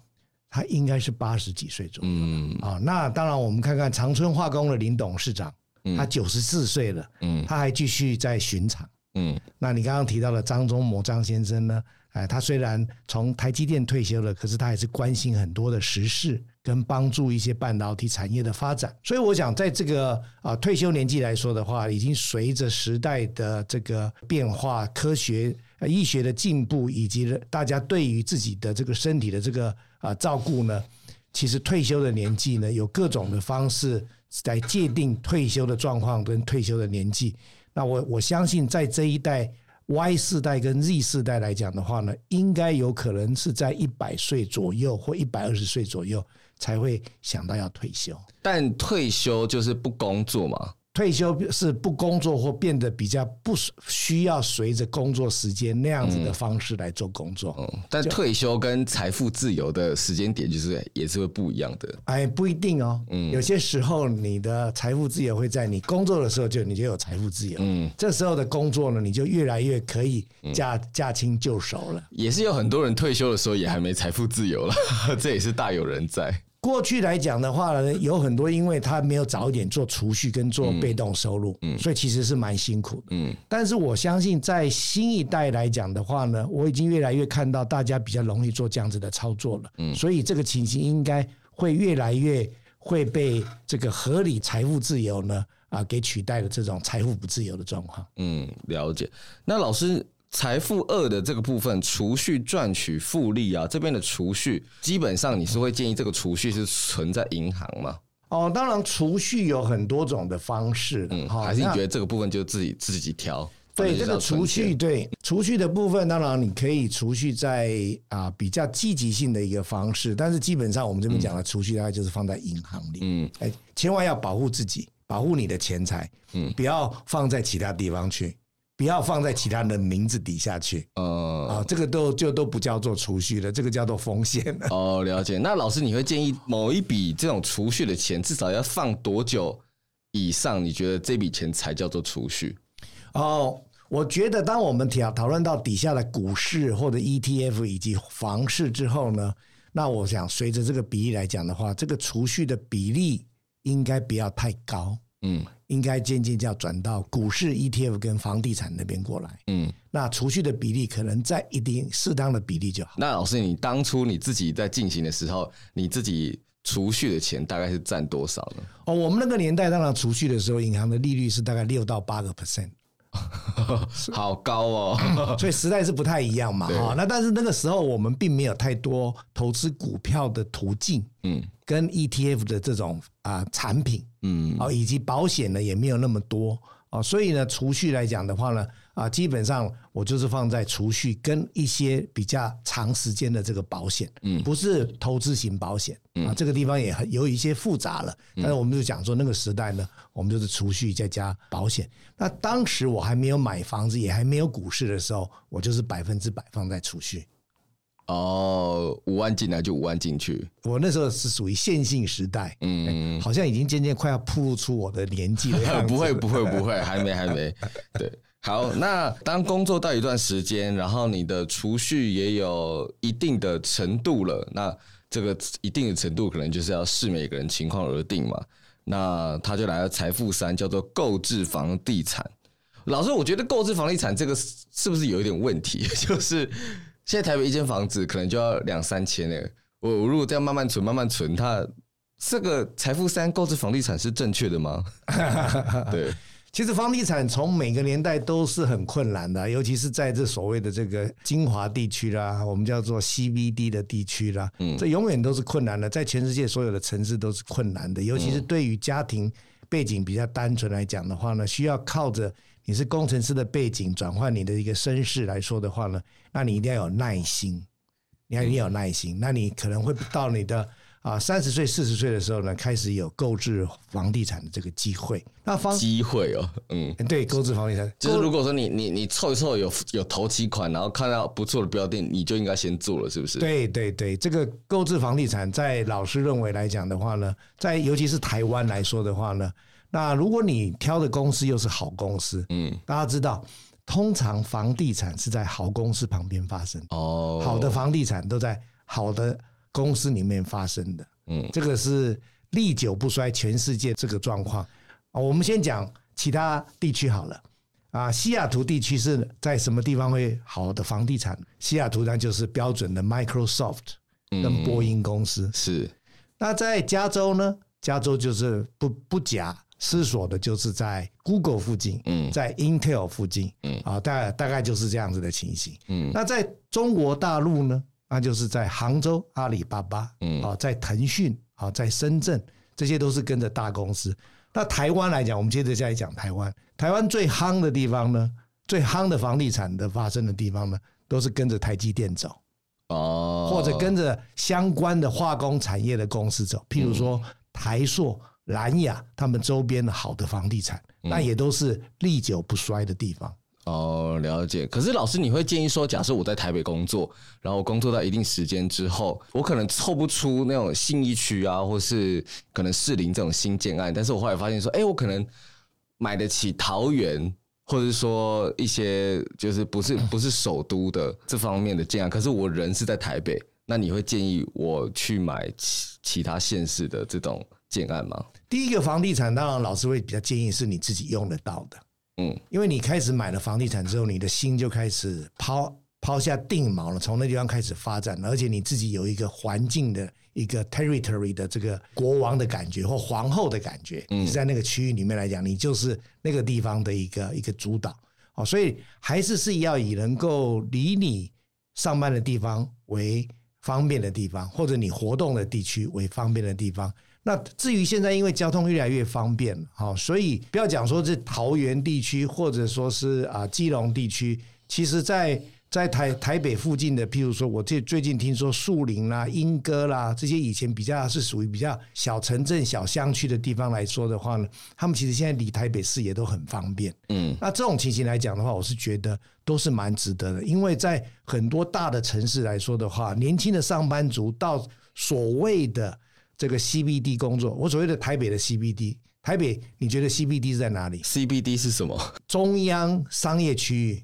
Speaker 2: 他应该是八十几岁左右
Speaker 1: 嗯
Speaker 2: 啊、那当然，我们看看长春化工的林董事长，他九十四岁了，
Speaker 1: 嗯
Speaker 2: 他还继续在巡场。
Speaker 1: 嗯
Speaker 2: 那你刚刚提到的张忠谋张先生呢？哎，他虽然从台积电退休了，可是他还是关心很多的时事，跟帮助一些半导体产业的发展。所以我想，在这个啊、退休年纪来说的话，已经随着时代的这个变化、科学、呃医学的进步，以及大家对于自己的这个身体的这个啊、照顾呢，其实退休的年纪呢，有各种的方式来界定退休的状况跟退休的年纪。那我我相信，在这一代 Y 世代跟 Z 世代来讲的话呢，应该有可能是在一百岁左右或一百二十岁左右才会想到要退休。
Speaker 1: 但退休就是不工作嘛，
Speaker 2: 退休是不工作或变得比较不需要随着工作时间那样子的方式来做工作。
Speaker 1: 嗯，但退休跟财富自由的时间点就是也是会不一样的。
Speaker 2: 哎，不一定哦。有些时候你的财富自由会在你工作的时候就你就有财富自由。嗯，这时候的工作呢，你就越来越可以驾驾轻就熟了。
Speaker 1: 也是有很多人退休的时候也还没财富自由了， 这也是大有人在。
Speaker 2: 过去来讲的话呢，有很多因为他没有早一点做储蓄跟做被动收入，所以其实是蛮辛苦的。
Speaker 1: 嗯
Speaker 2: 但是我相信，在新一代来讲的话呢，我已经越来越看到大家比较容易做这样子的操作了。嗯，所以这个情形应该会越来越会被这个合理财务自由呢啊给取代了这种财务不自由的状况。
Speaker 1: 嗯，了解。那老师，财富二的这个部分，储蓄赚取复利啊，这边的储蓄，基本上你是会建议这个储蓄是存在银行吗？
Speaker 2: 哦，当然储蓄有很多种的方式了，
Speaker 1: 嗯，
Speaker 2: 哈
Speaker 1: 还是你
Speaker 2: 那
Speaker 1: 觉得这个部分就自己自己挑？就
Speaker 2: 对
Speaker 1: 是
Speaker 2: 这
Speaker 1: 要
Speaker 2: 个储
Speaker 1: 存钱
Speaker 2: 蓄，对储蓄的部分，当然你可以储蓄在啊、比较积极性的一个方式，但是基本上我们这边讲的储蓄，大概就是放在银行里，嗯，哎，千万要保护自己，保护你的钱财，嗯，不要放在其他地方去，不要放在其他人的名字底下去，
Speaker 1: 呃，
Speaker 2: 啊，这个都就都不叫做储蓄了，这个叫做风险了。
Speaker 1: 哦，了解。那老师，你会建议某一笔这种储蓄的钱，至少要放多久以上？你觉得这笔钱才叫做储蓄？
Speaker 2: 哦，我觉得当我们讨讨论到底下的股市或者 ETF 以及房市之后呢，那我想随着这个比例来讲的话，这个储蓄的比例应该不要太高，
Speaker 1: 嗯
Speaker 2: 应该渐渐就要转到股市 ETF 跟房地产那边过来。
Speaker 1: 嗯。
Speaker 2: 那储蓄的比例可能在一定适当的比例就好。
Speaker 1: 那老师，你当初你自己在进行的时候，你自己储蓄的钱大概是占多少呢？
Speaker 2: 哦，我们那个年代当然储蓄的时候，银行的利率是大概六到八个 percent。
Speaker 1: 好高哦！
Speaker 2: 所以时代是不太一样嘛，
Speaker 1: 对
Speaker 2: 哈。那但是那个时候我们并没有太多投资股票的途径，
Speaker 1: 嗯
Speaker 2: 嗯，跟 ETF 的这种啊、产品，
Speaker 1: 嗯
Speaker 2: 嗯，哦，以及保险呢也没有那么多哦，所以呢，储蓄来讲的话呢，啊、基本上我就是放在储蓄跟一些比较长时间的这个保险，嗯，不是投资型保险啊，这个地方也很有一些复杂了。但是我们就讲说那个时代呢，我们就是储蓄再加保险。那当时我还没有买房子，也还没有股市的时候，我就是百分之百放在储蓄。
Speaker 1: 哦，五万进来就五万进去，
Speaker 2: 我那时候是属于线性时代，
Speaker 1: 嗯，
Speaker 2: 好像已经渐渐快要暴露出我的年纪了样子。
Speaker 1: 不会不会不会，还没还没，对。好，那当工作到一段时间，然后你的储蓄也有一定的程度了，那这个一定的程度可能就是要视每个人情况而定嘛。那他就来了财富三，叫做购置房地产。老师，我觉得购置房地产这个是是不是有一点问题？ 就是现在台北一间房子可能就要两三千诶，我我如果这样慢慢存，慢慢存，它这个财富三购置房地产是正确的吗？ 对，
Speaker 2: 其实房地产从每个年代都是很困难的，啊尤其是在这所谓的这个精华地区啦，我们叫做 CBD 的地区啦，这永远都是困难的，在全世界所有的城市都是困难的，尤其是对于家庭背景比较单纯来讲的话呢，需要靠着你是工程师的背景转换你的一个身世来说的话呢，那你一定要有耐心。你要一定要有耐心。那你可能会到你的啊三十岁、四十岁的时候呢，开始有购置房地产的这个机会。那房
Speaker 1: 机会哦，嗯，
Speaker 2: 对购置房地产，
Speaker 1: 就是如果说你你你凑一凑有有头期款，然后看到不错的标的，你就应该先做了，是不是？，
Speaker 2: 对对对，这个购置房地产，在老师认为来讲的话呢，在尤其是台湾来说的话呢，那如果你挑的公司又是好公司，
Speaker 1: 嗯，
Speaker 2: 大家知道，通常房地产是在好公司旁边发生的。
Speaker 1: 哦，
Speaker 2: 好的，房地产都在好的公司里面发生的，
Speaker 1: 嗯
Speaker 2: 嗯，这个是历久不衰，全世界这个状况。啊我们先讲其他地区好了，啊，西雅图地区是在什么地方会好的房地产？西雅图那就是标准的 Microsoft 跟波音公司。
Speaker 1: 是，
Speaker 2: 那在加州呢？加州就是不不假思索的，就是在 Google 附近，
Speaker 1: 嗯
Speaker 2: 在 Intel 附近，嗯，啊，大大概就是这样子的情形。
Speaker 1: 嗯
Speaker 2: 那在中国大陆呢，那就是在杭州阿里巴巴，
Speaker 1: 嗯
Speaker 2: 啊，在腾讯啊，在深圳，这些都是跟着大公司。那台湾来讲，我们接着再来讲台湾。台湾最夯的地方呢，最夯的房地产的发生的地方呢，都是跟着台积电走。
Speaker 1: 哦，嗯
Speaker 2: 或者跟着相关的化工产业的公司走，譬如说台塑、兰雅他们周边的好的房地产，
Speaker 1: 嗯
Speaker 2: 那也都是历久不衰的地方。
Speaker 1: 哦，了解。可是老师，你会建议说，假设我在台北工作，然后我工作到一定时间之后，我可能凑不出那种信义区啊，或是可能士林这种新建案，但是我后来发现说，哎、我可能买得起桃园，或者说一些就是不是 不是首都的这方面的建案，可是我人是在台北，那你会建议我去买其其他县市的这种建案吗？
Speaker 2: 第一个房地产，当然老师会比较建议是你自己用得到的，
Speaker 1: 嗯，
Speaker 2: 因为你开始买了房地产之后，你的心就开始抛抛下定锚了，从那地方开始发展，而且你自己有一个环境的一个 territory 的这个国王的感觉或皇后的感觉，你是在那个区域里面来讲，你就是那个地方的一个一个主导哦，所以还是是要以能够离你上班的地方为方便的地方，或者你活动的地区为方便的地方。那至于现在，因为交通越来越方便了，好、所以不要讲说是桃园地区，或者说是啊、基隆地区，其实在在台台北附近的，譬如说，我最最近听说树林啦、莺歌啦这些以前比较是属于比较小城镇、小乡区的地方来说的话呢，他们其实现在离台北市也都很方便。
Speaker 1: 嗯，
Speaker 2: 那这种情形来讲的话，我是觉得都是蛮值得的，因为在很多大的城市来说的话，年轻的上班族到所谓的这个 CBD 工作，我所谓的台北的 CBD，台北你觉得 CBD 是在哪里？
Speaker 1: CBD 是什么？
Speaker 2: 中央商业区域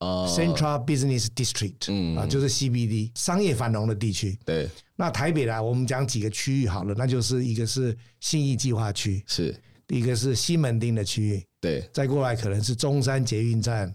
Speaker 1: 呃
Speaker 2: （Central Business District），、
Speaker 1: 嗯
Speaker 2: 啊，就是 CBD 商业繁荣的地区。
Speaker 1: 对，
Speaker 2: 那台北啦，我们讲几个区域好了，那就是一个是信义计划区，
Speaker 1: 是，
Speaker 2: 一个是西门町的区域，
Speaker 1: 对，
Speaker 2: 再过来可能是中山捷运站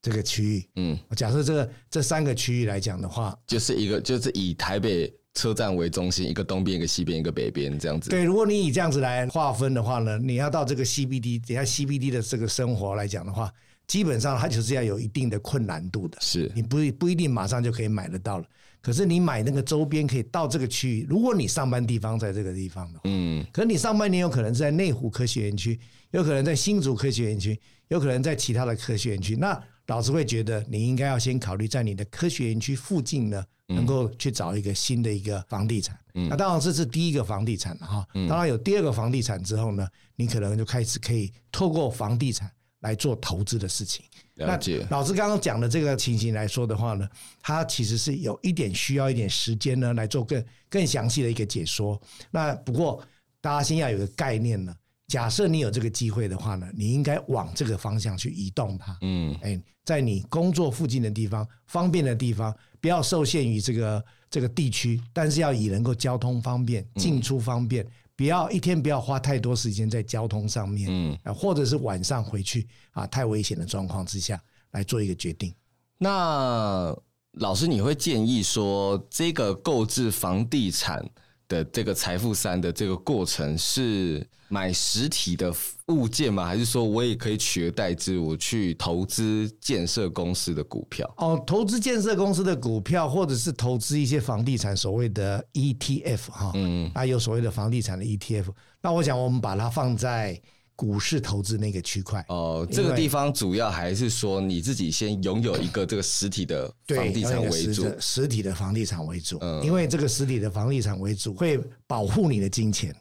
Speaker 2: 这个区域。
Speaker 1: 嗯。
Speaker 2: 假设这个这三个区域来讲的话，
Speaker 1: 就是一个就是以台北车站为中心，一个东边、一个西边、一个北边这样子。
Speaker 2: 对，如果你以这样子来划分的话呢，你要到这个 CBD，等下 CBD 的这个生活来讲的话，基本上它就是要有一定的困难度的，
Speaker 1: 是
Speaker 2: 你不不一定马上就可以买得到了。可是你买那个周边可以到这个区域，如果你上班地方在这个地方的话，
Speaker 1: 嗯，
Speaker 2: 可是你上半年有可能是在内湖科学园区，有可能在新竹科学园区，有可能在其他的科学园区。那老师会觉得你应该要先考虑在你的科学园区附近呢，能够去找一个新的一个房地产。那当然这是第一个房地产了哈。当然有第二个房地产之后呢，你可能就开始可以透过房地产来做投资的事情。
Speaker 1: 了解。
Speaker 2: 老师刚刚讲的这个情形来说的话呢，它其实是有一点需要一点时间呢来做更更详细的一个解说。那不过大家先要有个概念呢，假设你有这个机会的话呢，你应该往这个方向去移动它。
Speaker 1: 嗯，
Speaker 2: 哎，在你工作附近的地方、方便的地方，不要受限于这个这个地区，但是要以能够交通方便、
Speaker 1: 嗯
Speaker 2: 进出方便，不要一天不要花太多时间在交通上面，嗯，或者是晚上回去啊太危险的状况之下来做一个决定。
Speaker 1: 那老师，你会建议说，这个购置房地产的这个财富三的这个过程是买实体的物件吗？还是说我也可以取而代之，我去投资建设公司的股票？
Speaker 2: 哦，投资建设公司的股票，或者是投资一些房地产所谓的 ETF 哈、嗯，啊有所谓的房地产的 ETF，那我想我们把它放在股市投资那个区块。
Speaker 1: 哦，这
Speaker 2: 因
Speaker 1: 个
Speaker 2: 为
Speaker 1: 地方主要还是说你自己先拥有一个这个实体的
Speaker 2: 对
Speaker 1: 房地
Speaker 2: 要
Speaker 1: 产
Speaker 2: 以
Speaker 1: 为
Speaker 2: 实
Speaker 1: 主。嗯
Speaker 2: 的实体的房地产为主，因为这个实体的房地产为主会保护你的金钱，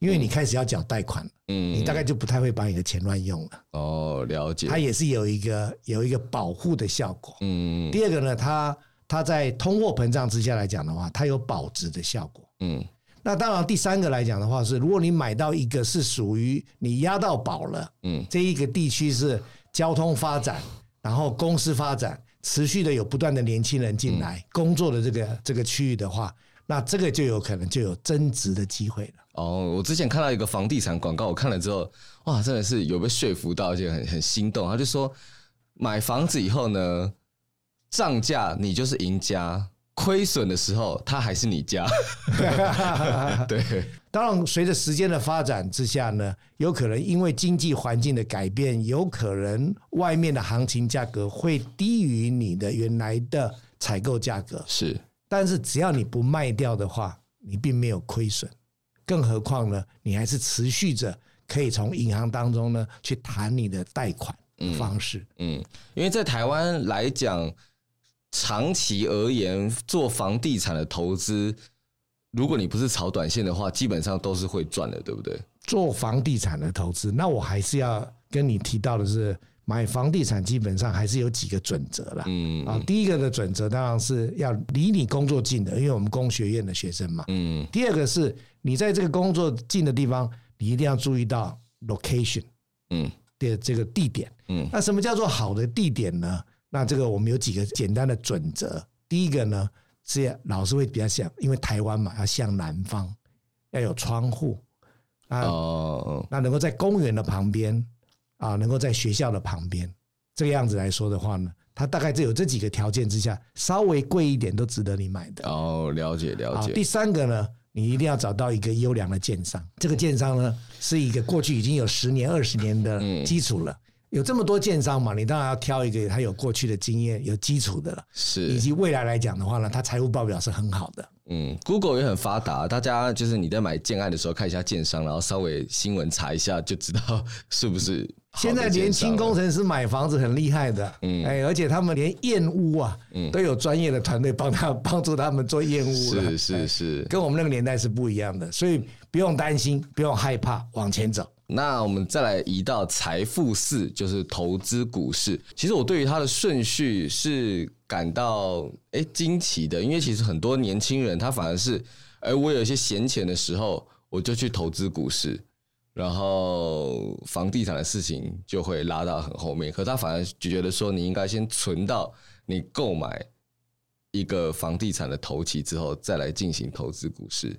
Speaker 2: 因为你开始要缴贷款了，你
Speaker 1: 嗯，
Speaker 2: 大概就不太会把你的钱乱用了。
Speaker 1: 哦，了解
Speaker 2: 它。也是有一个有一个保护的效果。
Speaker 1: 嗯
Speaker 2: 第二个呢，它它在通货膨胀之下来讲的话，它有保值的效果。
Speaker 1: 嗯。
Speaker 2: 那当然，第三个来讲的话是，如果你买到一个是属于你押到宝了，
Speaker 1: 嗯，
Speaker 2: 这一个地区是交通发展，然后公司发展，持续的有不断的年轻人进来、工作的这个这个区域的话，那这个就有可能就有增值的机会了。
Speaker 1: 哦，我之前看到一个房地产广告，我看了之后，哇，真的是有被说服到，而且很很心动。他就说，买房子以后呢，涨价你就是赢家，亏损的时候它还是你家。对，
Speaker 2: 当然，随着时间的发展之下呢，有可能因为经济环境的改变，有可能外面的行情价格会低于你的原来的采购价格。
Speaker 1: 是，
Speaker 2: 但是只要你不卖掉的话，你并没有亏损，更何况呢，你还是持续着可以从银行当中呢去谈你的贷款方式。
Speaker 1: 嗯，因为在台湾来讲，长期而言，做房地产的投资，如果你不是炒短线的话，基本上都是会赚的，对不对？
Speaker 2: 做房地产的投资，那我还是要跟你提到的是，买房地产基本上还是有几个准则啦。
Speaker 1: 嗯
Speaker 2: 啊，第一个的准则当然是要离你工作近的，因为我们工学院的学生嘛。
Speaker 1: 嗯
Speaker 2: 第二个是你在这个工作近的地方，你一定要注意到 location
Speaker 1: 嗯
Speaker 2: 的这个地点。
Speaker 1: 嗯
Speaker 2: 那什么叫做好的地点呢？那这个我们有几个简单的准则。第一个呢是老师会比较想，因为台湾嘛要向南方，要有窗户啊，
Speaker 1: 哦
Speaker 2: 那能够在公园的旁边啊，能够在学校的旁边，这个样子来说的话呢，它大概只有这几个条件之下，稍微贵一点都值得你买的。
Speaker 1: 哦，了解了
Speaker 2: 啊，
Speaker 1: 解
Speaker 2: 第，三个呢，你一定要找到一个优良的建商，这个建商呢是一个过去已经有十年、二十年
Speaker 1: 嗯
Speaker 2: 的基础了。有这么多建商嘛，你当然要挑一个他有过去的经验、有基础的了，以
Speaker 1: 是
Speaker 2: 及未来来讲的话呢，他财务报表是很好的。
Speaker 1: 嗯，Google 也很发达，大家就是你在买建案的时候看一下建商，然后稍微新闻查一下就知道是不是好
Speaker 2: 现
Speaker 1: 的
Speaker 2: 在年
Speaker 1: 建商
Speaker 2: 轻
Speaker 1: 了
Speaker 2: 工程师买房子很厉害的，嗯，哎，而且他们连验屋啊，都有专业的团队帮他 帮助他们做验屋了，
Speaker 1: 是是是。
Speaker 2: 跟我们那个年代是不一样的，所以不用担心，不用害怕，往前走。
Speaker 1: 那我们再来移到财富四，就是投资股市。其实我对于它的顺序是感到诶惊奇的，因为其实很多年轻人他反而是，哎，我有一些闲钱的时候，我就去投资股市，然后房地产的事情就会拉到很后面。可他反而就觉得说，你应该先存到你购买一个房地产的头期之后，再来进行投资股市。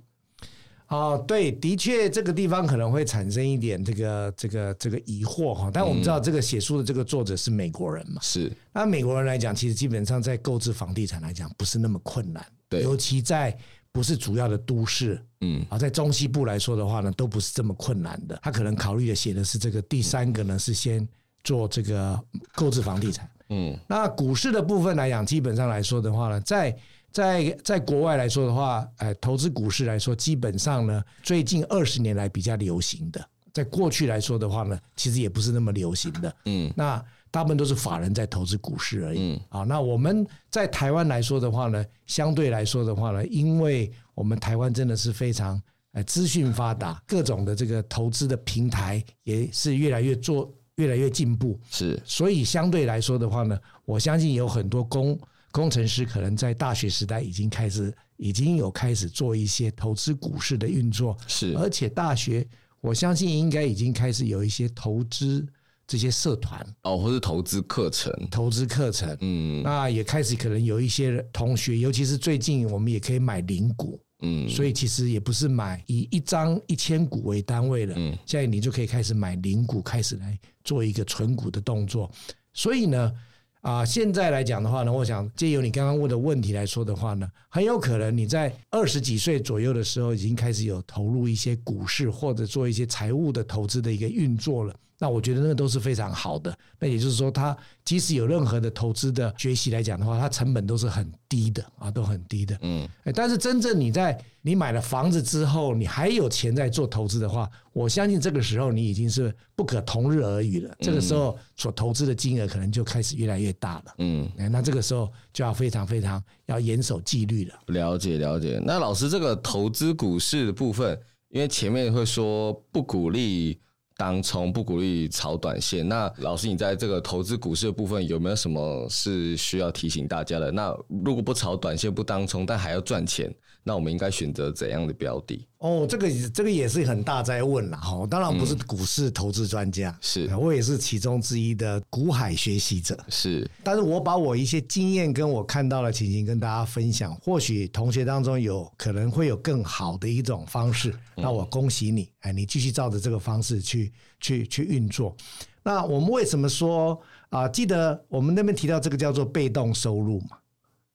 Speaker 2: 哦，对，的确，这个地方可能会产生一点这个这个这个疑惑哈。但我们知道，这个写书的这个作者是美国人嘛？
Speaker 1: 是，
Speaker 2: 那美国人来讲，其实基本上在购置房地产来讲，不是那么困难，
Speaker 1: 对
Speaker 2: 尤其在不是主要的都市。
Speaker 1: 嗯
Speaker 2: 啊，在中西部来说的话呢，都不是这么困难的。他可能考虑的写的是这个第三个呢，是先做这个购置房地产。
Speaker 1: 嗯
Speaker 2: 那股市的部分来讲，基本上来说的话呢，在在在国外来说的话，哎，投资股市来说，基本上呢，最近二十年来比较流行的，在过去来说的话呢，其实也不是那么流行的。
Speaker 1: 嗯
Speaker 2: 那大部分都是法人在投资股市而已。
Speaker 1: 嗯
Speaker 2: 啊，那我们在台湾来说的话呢，相对来说的话呢，因为我们台湾真的是非常呃资讯发达，各种的这个投资的平台也是越来越做越来越进步，
Speaker 1: 是，
Speaker 2: 所以相对来说的话呢，我相信有很多工工程师可能在大学时代已经开始已经有开始做一些投资股市的运作，
Speaker 1: 是
Speaker 2: 而且大学我相信应该已经开始有一些投资这些社团。
Speaker 1: 哦，或是投资课程。
Speaker 2: 投资课程，
Speaker 1: 嗯
Speaker 2: 那也开始可能有一些同学，尤其是最近我们也可以买零股，
Speaker 1: 嗯，
Speaker 2: 所以其实也不是买以一张一千股为单位了，
Speaker 1: 嗯
Speaker 2: 现在你就可以开始买零股，开始来做一个存股的动作。所以呢，啊、现在来讲的话呢，我想借由你刚刚问的问题来说的话呢，很有可能你在二十几岁左右的时候已经开始有投入一些股市或者做一些财务的投资的一个运作了。那我觉得那个都是非常好的。那也就是说，它即使有任何的投资的学习来讲的话，它成本都是很低的啊，都很低的。
Speaker 1: 嗯，
Speaker 2: 哎但是真正你在你买了房子之后，你还有钱在做投资的话，我相信这个时候你已经是不可同日而语了。这个时候所投资的金额可能就开始越来越大了。
Speaker 1: 嗯，
Speaker 2: 哎，那这个时候就要非常非常要严守纪律了。
Speaker 1: 了解了解。那老师这个投资股市的部分，因为前面会说不鼓励当冲，不鼓励炒短线。那老师，你在这个投资股市的部分有没有什么是需要提醒大家的？那如果不炒短线、不当冲，但还要赚钱，那我们应该选择怎样的标的？
Speaker 2: 哦，这个这个也是很大在问了哈。我当然不是股市投资专家，
Speaker 1: 嗯是
Speaker 2: 哎我也是其中之一的股海学习者。
Speaker 1: 是，
Speaker 2: 但是我把我一些经验跟我看到的情形跟大家分享，或许同学当中有可能会有更好的一种方式，那我恭喜你，哎，你继续照着这个方式去去去运作。那我们为什么说啊？记得我们那边提到这个叫做被动收入嘛，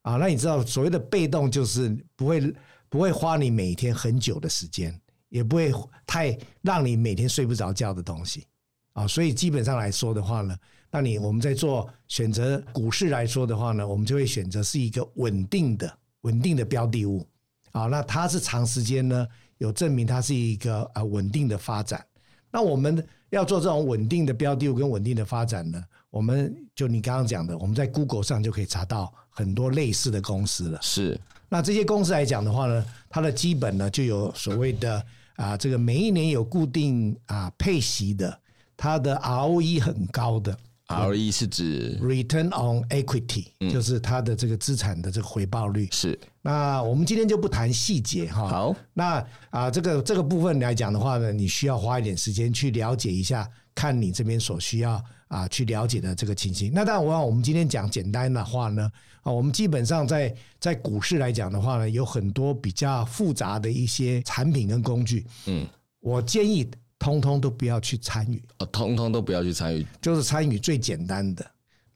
Speaker 2: 啊，那你知道所谓的被动就是不会不会花你每天很久的时间，也不会太让你每天睡不着觉的东西。啊，所以基本上来说的话呢，那你我们在做选择股市来说的话呢，我们就会选择是一个稳定的、稳定的标的物啊。那它是长时间呢有证明它是一个啊稳定的发展。那我们要做这种稳定的标的物跟稳定的发展呢，我们就你刚刚讲的，我们在 Google 上就可以查到很多类似的公司了。
Speaker 1: 是，
Speaker 2: 那这些公司来讲的话呢，它的基本呢就有所谓的啊，这个每一年有固定啊配息的，它的 ROE 很高的
Speaker 1: RE E 是指
Speaker 2: return on equity，、就是它的这个资产的这个回报率。
Speaker 1: 是
Speaker 2: 那我们今天就不谈细节哈。
Speaker 1: 好，
Speaker 2: 那啊、这个这个部分来讲的话呢，你需要花一点时间去了解一下，看你这边所需要啊、去了解的这个情形。那当然，我想我们今天讲简单的话呢，啊，我们基本上在在股市来讲的话呢，有很多比较复杂的一些产品跟工具，
Speaker 1: 嗯，
Speaker 2: 我建议通通都不要去参与，
Speaker 1: 哦，通通都不要去参与。
Speaker 2: 就是参与最简单的。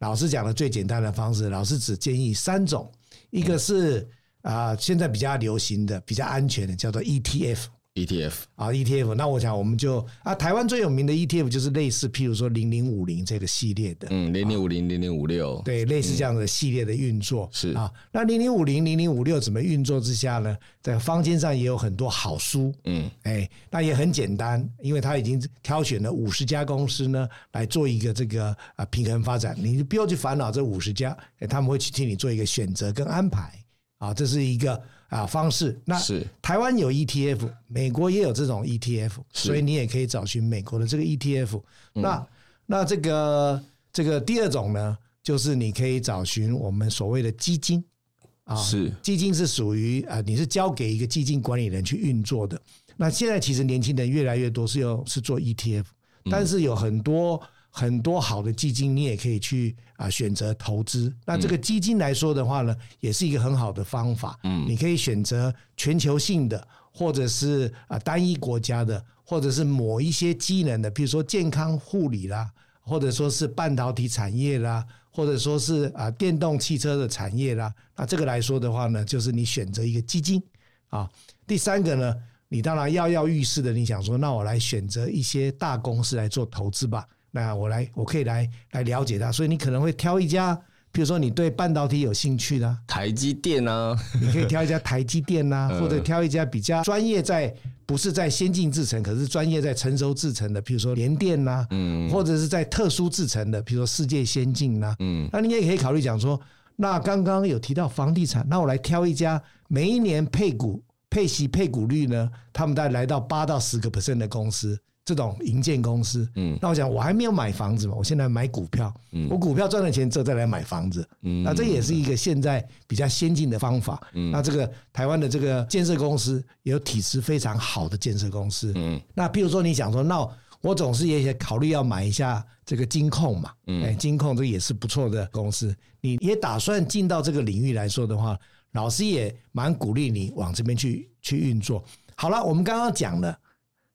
Speaker 2: 老师讲的最简单的方式，老师只建议三种，一个是啊、现在比较流行的、比较安全的，叫做 E ETF。
Speaker 1: ETF
Speaker 2: 啊，ETF，那我想我们就啊，台湾最有名的 ETF 就是类似，譬如说零零五零这个系列的，
Speaker 1: 嗯，零零五零零零五六，
Speaker 2: 对，类似这样的系列的运作、
Speaker 1: 是
Speaker 2: 啊。那零零五零零零五六怎么运作之下呢？在坊间上也有很多好书，
Speaker 1: 嗯，
Speaker 2: 哎，那也很简单，因为它已经挑选了五十家公司呢来做一个这个啊平衡发展，你就不要去烦恼这五十家、哎，他们会去替你做一个选择跟安排啊，这是一个啊方式。那
Speaker 1: 是
Speaker 2: 台湾有 ETF，美国也有这种 ETF，所以你也可以找寻美国的这个 ETF。那那这个这个第二种呢，就是你可以找寻我们所谓的基金啊，
Speaker 1: 是
Speaker 2: 基金是属于啊、呃你是交给一个基金管理人去运作的。那现在其实年轻人越来越多是用是做 ETF，但是有很多很多好的基金，你也可以去啊、选择投资。那这个基金来说的话呢，也是一个很好的方法。嗯，你可以选择全球性的，或者是啊、单一国家的，或者是某一些机能的，比如说健康护理啦，或者说是半导体产业啦，或者说是啊、电动汽车的产业啦。那这个来说的话呢，就是你选择一个基金啊。第三个呢，你当然跃跃欲试的，你想说，那我来选择一些大公司来做投资吧。那我来，我可以来来了解它，所以你可能会挑一家，比如说你对半导体有兴趣的啊、
Speaker 1: 台积电啊，
Speaker 2: 你可以挑一家台积电呐、或者挑一家比较专业在不是在先进制程，可是专业在成熟制程的，比如说联电呐、嗯，或者是在特殊制程的，比如说世界先进呐、嗯，那你也可以考虑讲说，那刚刚有提到房地产，那我来挑一家每一年配股配息配股率呢，他们大概来到八到十个 percent 的公司。这种营建公司，嗯，那我想我还没有买房子嘛，我现在买股票，嗯，我股票赚了钱之后再来买房子，嗯，那这也是一个现在比较先进的方法，嗯，那这个台湾的这个建设公司也有体质非常好的建设公司，嗯，那譬如说你想说，那我总是也考虑要买一下这个金控嘛，嗯，哎，金控这也是不错的公司，你也打算进到这个领域来说的话，老师也蛮鼓励你往这边去去运作。好了，我们刚刚讲了。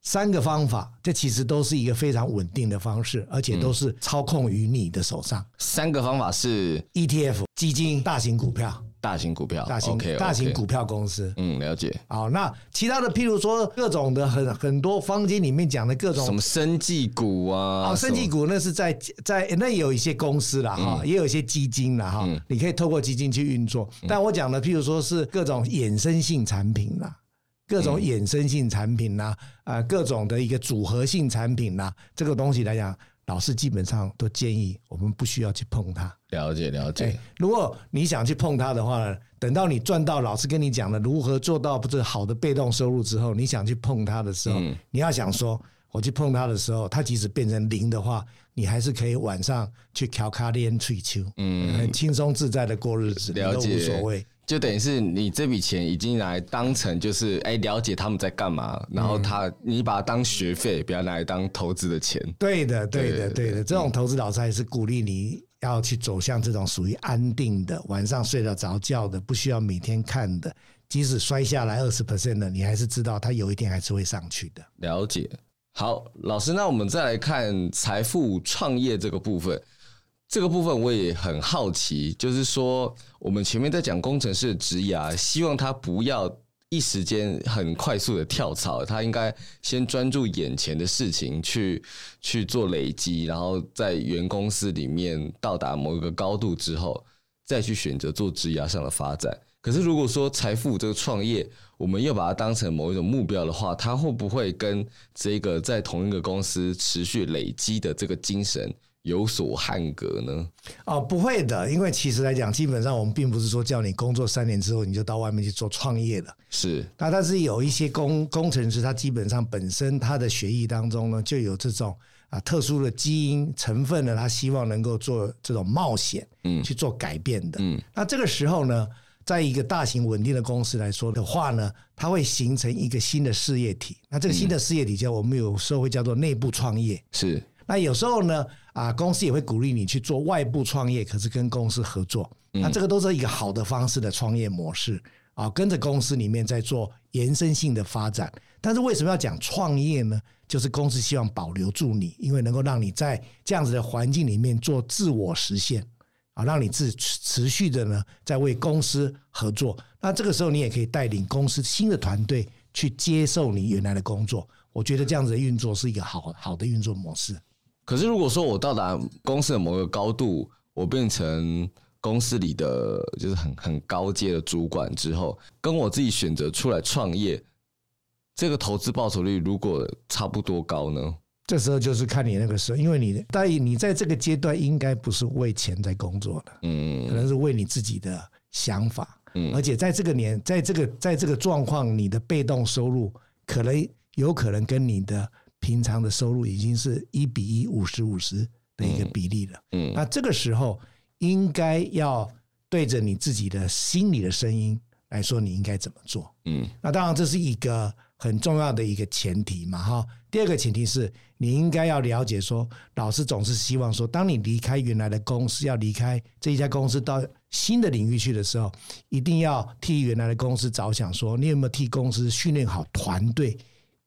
Speaker 2: 三个方法，这其实都是一个非常稳定的方式，而且都是操控于你的手上。
Speaker 1: 三个方法是
Speaker 2: ETF、基 E 金、大型股票、
Speaker 1: 大型股票，
Speaker 2: 大型
Speaker 1: 啊 OK，
Speaker 2: 大型
Speaker 1: OK
Speaker 2: 股票公司。
Speaker 1: 嗯，了解。
Speaker 2: 好，那其他的，譬如说各种的很很多坊间里面讲的各
Speaker 1: 什
Speaker 2: 种
Speaker 1: 么生技股啊？嗯
Speaker 2: 哦，生技
Speaker 1: 股
Speaker 2: 股那是在在那有一些公司啦哈，也有一些基金啦
Speaker 1: 嗯
Speaker 2: 哈，你可以透过基金去运作。但我讲的，譬如说是各种衍生性产品啦。
Speaker 1: 嗯
Speaker 2: 各种衍生性产品啦，啊、各种的一个组合性产品啦，这个东西来讲，老师基本上都建议我们不需要去碰它。
Speaker 1: 了解了
Speaker 2: 对，
Speaker 1: 解。
Speaker 2: 如果你想去碰它的话呢，等到你赚到老师跟你讲了如何做到不是好的被动收入之后，你想去碰它的时候，你要想说，我去碰它的时候，它即使变成零的话，你还是可以晚上去调卡练退休，嗯，很轻松自在的过日子，你
Speaker 1: 了
Speaker 2: 都
Speaker 1: 解
Speaker 2: 无所谓。
Speaker 1: 就等于是你这笔钱已经拿来当成就是哎、了解他们在干嘛，然
Speaker 2: 嗯
Speaker 1: 后他、你把它当学费，不要拿来当投资的钱。
Speaker 2: 对的，对
Speaker 1: 对
Speaker 2: 的，对的，这种投资老师还是鼓励你要去走向这种属于安定的，晚上睡得着觉的，不需要每天看的，即使摔下来二十 percent 的，你还是知道它有一天还是会上去的。
Speaker 1: 了解。好，老师，那我们再来看财富创业这个部分。这个部分我也很好奇，就是说我们前面在讲工程师的职涯，希望他不要一时间很快速的跳槽，他应该先专注眼前的事情去去做累积，然后在原公司里面到达某一个高度之后，再去选择做职涯上的发展。可是如果说财富这个创业，我们又把它当成某一种目标的话，它会不会跟这个在同一个公司持续累积的这个精神有所汉格呢？
Speaker 2: 哦，不会的，因为其实来讲，基本上我们并不是说叫你工作三年之后你就到外面去做创业了。
Speaker 1: 是
Speaker 2: 那但是有一些工工程师，他基本上本身他的学艺当中呢，就有这种啊特殊的基因成分呢，他希望能够做这种冒险，嗯，去做改变的。嗯，那这个时候呢，在一个大型稳定的公司来说的话呢，它会形成一个新的事业体。那这个新的事业体叫我们有时候会叫做内部创业。
Speaker 1: 是，
Speaker 2: 那有时候呢，啊，公司也会鼓励你去做外部创业，可是跟公司合作，那这个都是一个好的方式的创业模式啊，跟着公司里面在做延伸性的发展。但是为什么要讲创业呢？就是公司希望保留住你，因为能够让你在这样子的环境里面做自我实现啊，让你自持续的呢在为公司合作。那这个时候你也可以带领公司新的团队去接受你原来的工作。我觉得这样子的运作是一个好好的运作模式。
Speaker 1: 可是如果说我到达公司的某个高度，我变成公司里的就是很很高阶的主管之后，跟我自己选择出来创业，这个投资报酬率如果差不多高呢？
Speaker 2: 这时候就是看你那个时候，因为你在你在这个阶段应该不是为钱在工作的，可
Speaker 1: 嗯，
Speaker 2: 能是为你自己的想法，
Speaker 1: 嗯
Speaker 2: 而且在这个年，在这个在这个状况，你的被动收入可能有可能跟你的平常的收入已经是一比一五十五十的一个比例了，
Speaker 1: 嗯
Speaker 2: 那这个时候应该要对着你自己的心里的声音来说，你应该怎么做？
Speaker 1: 嗯
Speaker 2: 那当然，这是一个很重要的一个前提嘛，哈。第二个前提是你应该要了解说，老师总是希望说，当你离开原来的公司，要离开这一家公司到新的领域去的时候，一定要替原来的公司着想说你有没有替公司训练好团队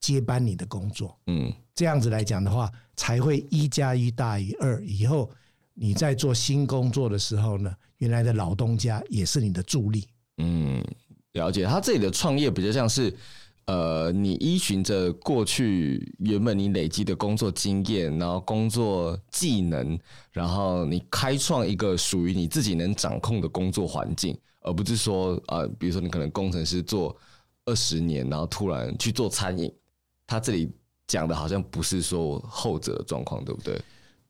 Speaker 2: 接班你的工作。
Speaker 1: 嗯，
Speaker 2: 这样子来讲的话，才会一加一大于二。以后你在做新工作的时候呢，原来的老东家也是你的助力。
Speaker 1: 嗯，了解。他这里的创业比较像是，呃，你依循着过去原本你累积的工作经验，然后工作技能，然后你开创一个属于你自己能掌控的工作环境，而不是说，呃，比如说你可能工程师做二十年，然后突然去做餐饮。他这里讲的好像不是说后者的状况，对不对？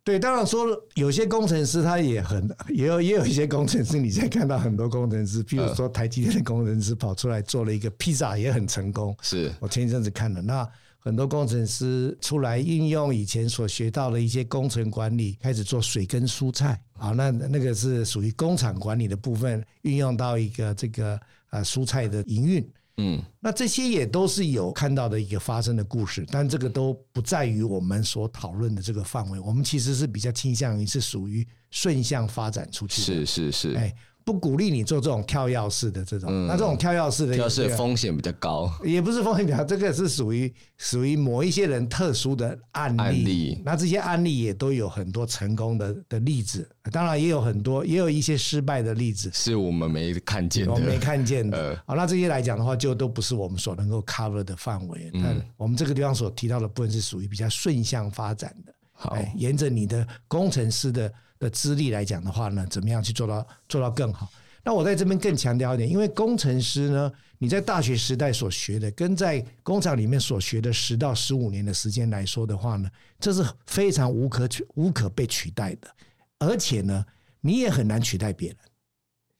Speaker 2: 对，当然说有些工程师他也很也有也有一些工程师，你现在看到很多工程师，譬如说台积电的工程师跑出来做了一个披萨也很成功。
Speaker 1: 是，
Speaker 2: 我前一阵子看了，那很多工程师出来应用以前所学到的一些工程管理，开始做水跟蔬菜啊，那那个是属于工厂管理的部分，运用到一个这个呃蔬菜的营运。
Speaker 1: 嗯
Speaker 2: 那这些也都是有看到的一个发生的故事，但这个都不在于我们所讨论的这个范围。我们其实是比较倾向于是属于顺向发展出去的，
Speaker 1: 是是是，嗯
Speaker 2: 哎，不鼓励你做这种跳跃式的这种。那这种跳跃式的，
Speaker 1: 要是风险比较高。
Speaker 2: 也不是风险表，这个是属于属于某一些人特殊的案例。
Speaker 1: 案例
Speaker 2: 那这些案例也都有很多成功的的例子，当然也有很多，也有一些失败的例子。
Speaker 1: 是我们没看见的，
Speaker 2: 我们哦没看见
Speaker 1: 呃
Speaker 2: 的。好、那这些来讲的话，就都不是我们所能够 cover 的范围。那、
Speaker 1: 嗯
Speaker 2: 我们这个地方所提到的部分是属于比较顺向发展的。
Speaker 1: 好
Speaker 2: 哎沿着你的工程师的的资历来讲的话呢，怎么样去做到做到更好？那我在这边更强调一点，因为工程师呢，你在大学时代所学的，跟在工厂里面所学的十到十五年的时间来说的话呢，这是非常无可取无可被取代的，而且呢，你也很难取代别人。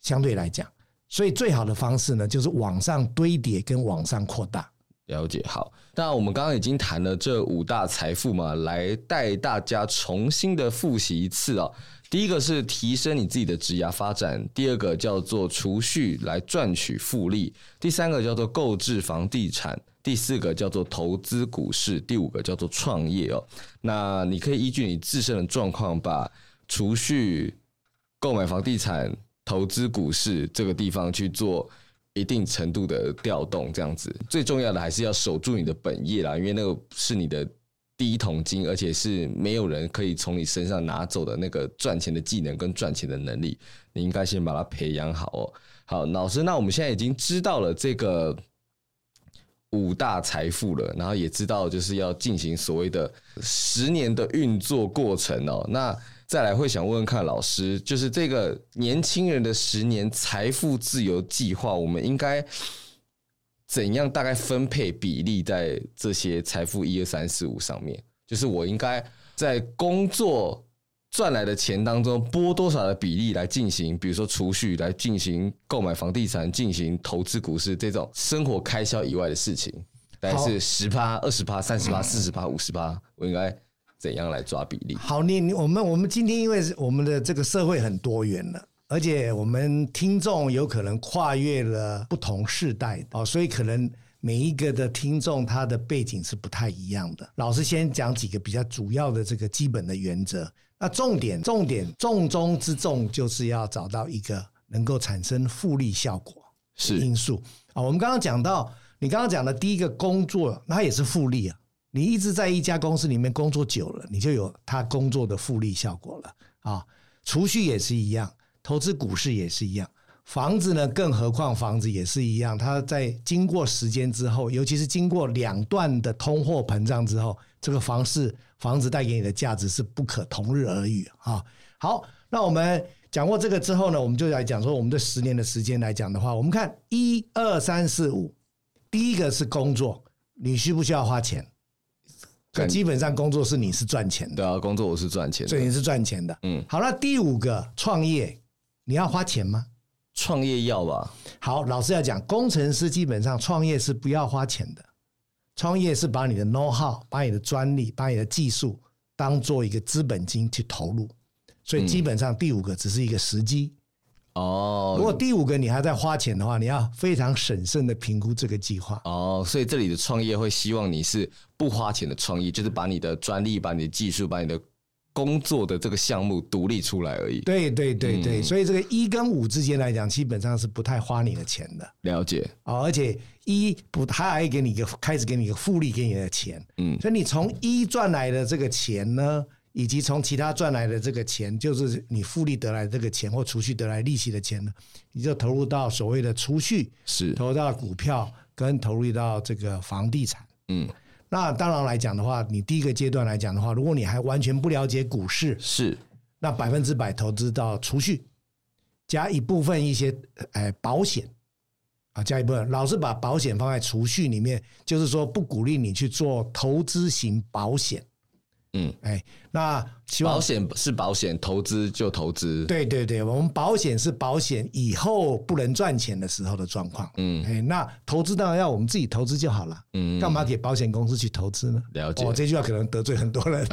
Speaker 2: 相对来讲，所以最好的方式呢，就是往上堆叠跟往上扩大。
Speaker 1: 了解，好。那我们刚刚已经谈了这五大财富嘛，来带大家重新的复习一次啊、第一个是提升你自己的职涯发展，第二个叫做储蓄来赚取复利，第三个叫做购置房地产，第四个叫做投资股市，第五个叫做创业哦。那你可以依据你自身的状况，把储蓄、购买房地产、投资股市这个地方去做一定程度的调动，这样子。最重要的还是要守住你的本业啦，因为那个是你的第一桶金，而且是没有人可以从你身上拿走的那个赚钱的技能跟赚钱的能力，你应该先把它培养好哦。好，老师，那我们现在已经知道了这个五大财富了，然后也知道就是要进行所谓的十年的运作过程哦。那再来会想问问看老师，就是这个年轻人的十年财富自由计划，我们应该怎样大概分配比例在这些财富一二三四五上面？就是我应该在工作赚来的钱当中拨多少的比例来进行，比如说储蓄，来进行购买房地产、进行投资股市这种生活开销以外的事情，大概是十趴、二十趴、三十趴、四十趴、五十趴，我应该怎样来抓比例？
Speaker 2: 好，你你我们我们今天因为是我们的这个社会很多元了。而且我们听众有可能跨越了不同世代哦，所以可能每一个的听众他的背景是不太一样的。老师先讲几个比较主要的这个基本的原则。那重点、重点、重中之重就是要找到一个能够产生复利效果的
Speaker 1: 是
Speaker 2: 因素啊。我们刚刚讲到，你刚刚讲的第一个工作，那它也是复利啊。你一直在一家公司里面工作久了，你就有他工作的复利效果了啊。储蓄也是一样，投资股市也是一样，房子呢，更何况房子也是一样，它在经过时间之后，尤其是经过两段的通货膨胀之后，这个房市房子带给你的价值是不可同日而语啊。好，那我们讲过这个之后呢，我们就来讲说我们这十年的时间来讲的话，我们看一二三四五，第一个是工作，你需不需要花钱？
Speaker 1: 感
Speaker 2: 基本上工作是你是赚钱的。
Speaker 1: 对啊，工作我是赚钱
Speaker 2: 所以
Speaker 1: 的，
Speaker 2: 你是赚钱的。
Speaker 1: 嗯
Speaker 2: 好，那第五个创业，你要花钱吗？
Speaker 1: 创业要吧？
Speaker 2: 好，老师要讲，工程师基本上创业是不要花钱的，创业是把你的 know how、把你的专利、把你的技术当做一个资本金去投入，所以基本上第五个只是一个时机。如果
Speaker 1: 嗯哦
Speaker 2: 第五个你还在花钱的话，你要非常审慎的评估这个计划。
Speaker 1: 哦，所以这里的创业会希望你是不花钱的创业，就是把你的专利、把你的技术、把你的工作的这个项目独立出来而已。
Speaker 2: 对对对对，
Speaker 1: 嗯
Speaker 2: 所以这个一跟五之间来讲，基本上是不太花你的钱的。
Speaker 1: 了解，
Speaker 2: 哦，而且一不，他还给你一个开始给你一个复利，给你的钱，
Speaker 1: 嗯
Speaker 2: 所以你从一赚来的这个钱呢，以及从其他赚来的这个钱，就是你复利得来的这个钱或储蓄得来利息的钱呢，你就投入到所谓的储蓄，
Speaker 1: 是，
Speaker 2: 投入到股票，跟投入到这个房地产。
Speaker 1: 嗯，
Speaker 2: 那当然来讲的话，你第一个阶段来讲的话，如果你还完全不了解股市，
Speaker 1: 是，
Speaker 2: 那百分之百投资到储蓄，加一部分一些呃保险啊，加一部分，老是把保险放在储蓄里面，就是说不鼓励你去做投资型保险。
Speaker 1: 嗯，
Speaker 2: 哎，那希望
Speaker 1: 保险是保险，投资就投资。，
Speaker 2: 对对对，我们保险是保险以后不能赚钱的时候的状况。
Speaker 1: 嗯
Speaker 2: 哎，那投资当然要我们自己投资就好了，
Speaker 1: 嗯
Speaker 2: 干嘛给保险公司去投资呢？
Speaker 1: 了解
Speaker 2: 哦，这句话可能得罪很多人。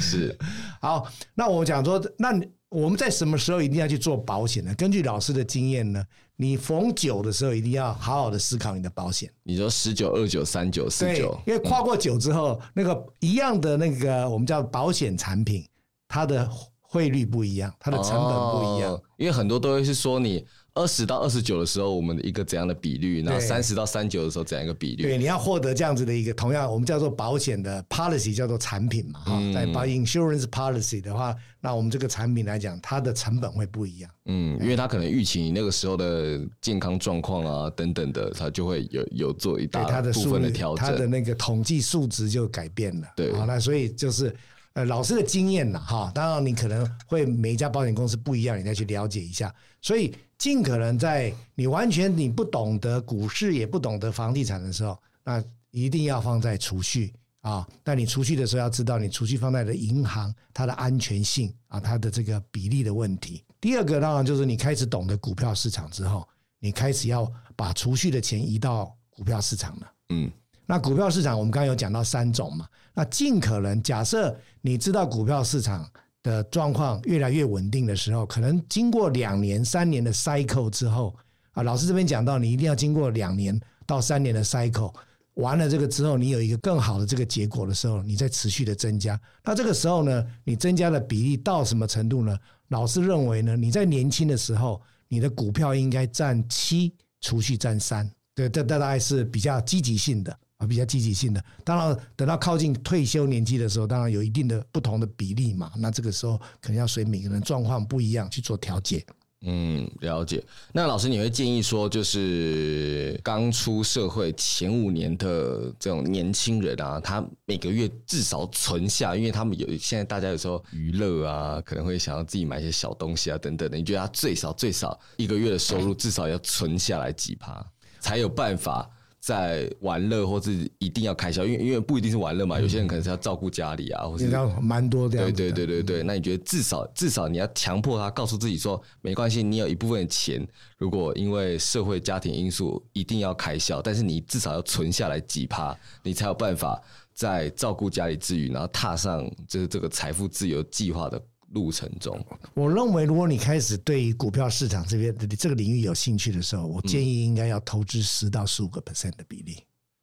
Speaker 1: 是，
Speaker 2: 好，那我讲说，那你我们在什么时候一定要去做保险呢？根据老师的经验呢，你逢九的时候一定要好好的思考你的保险，
Speaker 1: 你说十九、二九、三九、四
Speaker 2: 对
Speaker 1: 九，，
Speaker 2: 因为跨过九之后，那个一样的那个我们叫保险产品，它的汇率不一样，它的成本不一样。
Speaker 1: 哦因为很多都会是说你二十到二十九的时候，我们的一个怎样的比率，然后
Speaker 2: 对
Speaker 1: 三十到三九的时候怎样一个比率，
Speaker 2: 对，你要获得这样子的一个同样，我们叫做保险的 policy 叫做产品嘛，哈、
Speaker 1: 嗯
Speaker 2: 在把 insurance policy 的话，那我们这个产品来讲，它的成本会不一样。
Speaker 1: 嗯，因为他可能预期你那个时候的健康状况啊等等的，他就会有有做一
Speaker 2: 对
Speaker 1: 大
Speaker 2: 它的
Speaker 1: 部
Speaker 2: 数
Speaker 1: 分的
Speaker 2: 据，
Speaker 1: 调
Speaker 2: 它的
Speaker 1: 整，
Speaker 2: 那个统计数值就改变了。
Speaker 1: 对
Speaker 2: 好，那所以就是呃老师的经验呐，哈，当然你可能会每一家保险公司不一样，你再去了解一下。所以尽可能在你完全你不懂得股市也不懂得房地产的时候，那一定要放在储蓄。啊，那你储蓄的时候要知道，你储蓄放在的银行它的安全性啊，它的这个比例的问题。第二个当然就是你开始懂得股票市场之后，你开始要把储蓄的钱移到股票市场了。
Speaker 1: 嗯，
Speaker 2: 那股票市场我们刚刚有讲到三种嘛，那尽可能假设你知道股票市场的状况越来越稳定的时候，可能经过两年、三年的 cycle 之后啊，老师这边讲到，你一定要经过两年到三年的 cycle。完了这个之后，你有一个更好的这个结果的时候，你再持续的增加。那这个时候呢，你增加的比例到什么程度呢？老师认为呢，你在年轻的时候，你的股票应该占七，储蓄占三，对，这这大概是比较积极性的啊，比较积极性的。当然，等到靠近退休年纪的时候，当然有一定的不同的比例嘛。那这个时候可能要随每个人状况不一样去做调节。
Speaker 1: 嗯，了解。那老师，你会建议说，就是刚出社会前五年的这种年轻人啊，他每个月至少存下，因为他们有现在大家有时候娱乐啊，可能会想要自己买一些小东西啊等等的。你觉得他最少最少一个月的收入至少要存下来几趴，才有办法在玩乐或是一定要开销，因为因为不一定是玩乐嘛，有些人可能是要照顾家里啊，或
Speaker 2: 你
Speaker 1: 是
Speaker 2: 知道蛮多这样
Speaker 1: 对
Speaker 2: 子的嗯
Speaker 1: 对对对对，那你觉得至少至少你要强迫他告诉自己说，没关系，你有一部分的钱，如果因为社会家庭因素一定要开销，但是你至少要存下来几趴，你才有办法在照顾家里之余，然后踏上就是这个财富自由计划的路程中。
Speaker 2: 我认为，如果你开始对于股票市场这边这个领域有兴趣的时候，我建议应该要投资十到十五个 percent 的比例。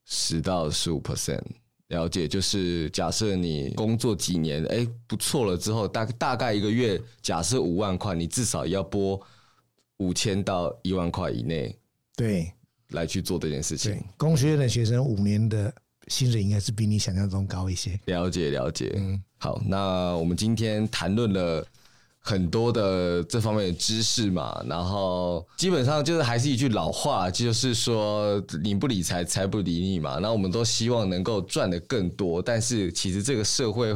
Speaker 1: 十到十五 percent。了解，就是假设你工作几年，哎、不错了之后，大大概一个月，假设五万块，你至少要拨五千到一万块以内
Speaker 2: 对
Speaker 1: 来去做这件事情
Speaker 2: 对。，工学院的学生五年的薪水应该是比你想象中高一些。
Speaker 1: 了解了解，好，那我们今天谈论了很多的这方面的知识嘛，然后基本上就是还是一句老话，就是说你不理财，财不理你嘛。那我们都希望能够赚得更多，但是其实这个社会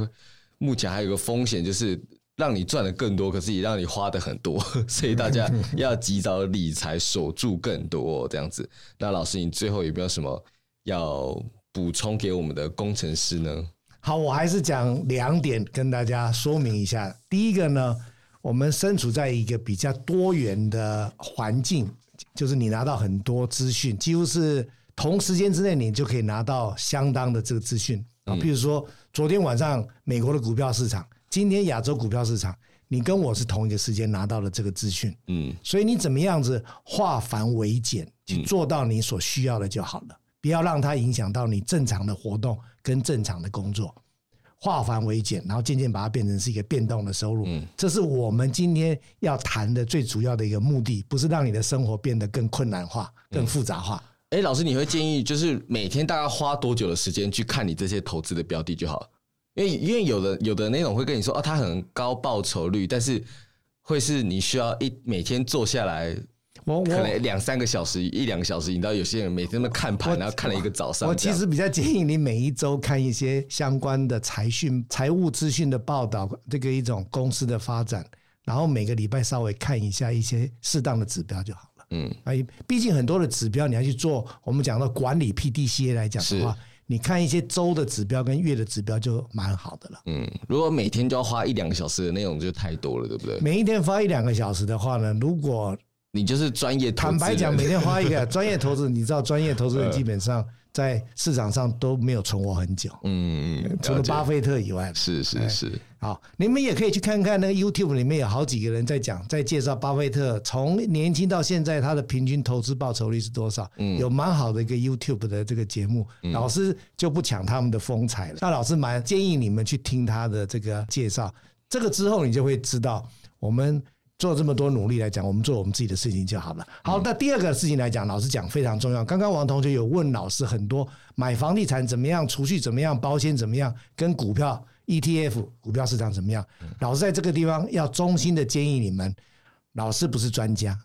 Speaker 1: 目前还有一个风险，就是让你赚的更多，可是也让你花的很多， 所以大家要及早理财，守住更多这样子。那老师，你最后有没有什么要补充给我们的工程师呢？
Speaker 2: 好，我还是讲两点跟大家说明一下。第一个呢，我们身处在一个比较多元的环境，就是你拿到很多资讯，几乎是同时间之内你就可以拿到相当的这个资讯啊。譬如说，昨天晚上美国的股票市场，今天亚洲股票市场，你跟我是同一个时间拿到了这个资讯，
Speaker 1: 嗯，
Speaker 2: 所以你怎么样子化繁为简，去做到你所需要的就好了，不要让它影响到你正常的活动跟正常的工作。化繁为简，然后渐渐把它变成是一个变动的收入。这是我们今天要谈的最主要的一个目的，不是让你的生活变得更困难化、更复杂化。
Speaker 1: 哎、老师，你会建议就是每天大概花多久的时间去看你这些投资的标的就好？因为因为有的有的那种会跟你说啊，它很高报酬率，但是会是你需要一每天坐下来，
Speaker 2: 哦我
Speaker 1: 可
Speaker 2: 我
Speaker 1: 能两三个小时，一两个小时。你知道有些人每天都看盘，然后看了一个早上
Speaker 2: 我
Speaker 1: 这
Speaker 2: 其
Speaker 1: 样。
Speaker 2: 实比较建议你每一周看一些相关的财讯、财务资讯的报道，这个一种公司的发展，然后每个礼拜稍微看一下一些适当的指标就好了。
Speaker 1: 嗯，
Speaker 2: 哎，毕竟很多的指标你要去做，我们讲到管理 PDCA 来讲的话，你看一些周的指标跟月的指标就蛮好的了。
Speaker 1: 嗯，如果每天就要花一两个小时的那种就太多了，对不对？
Speaker 2: 每一天花一两个小时的话呢，如果
Speaker 1: 你就是专业投资
Speaker 2: 坦
Speaker 1: 人
Speaker 2: 白讲，每天花一个专业投资，你知道专业投资
Speaker 1: 呃
Speaker 2: 人基本上在市场上都没有存活很久，
Speaker 1: 嗯嗯，
Speaker 2: 除了哎
Speaker 1: 八
Speaker 2: 巴菲特以外，
Speaker 1: 是是是，
Speaker 2: 好，你们也可以去看看那个 YouTube 里面有好几个人在讲，在介绍巴菲特从年轻到现在他的平均投资报酬率是多少，有蛮好的一个 YouTube 的这个节目，老师就不抢他们的风采了。那老师蛮建议你们去听他的这个介绍，这个之后你就会知道我们。做这么多努力来讲，我们做我们自己的事情就好了。好，那第二个事情来讲，老师讲非常重要。刚刚王同学有问老师很多买房地产怎么样，储蓄怎么样，保险怎么样，跟股票 ETF 股票市场怎么样？老师在这个地方要衷心的建议你们，老师不是专家，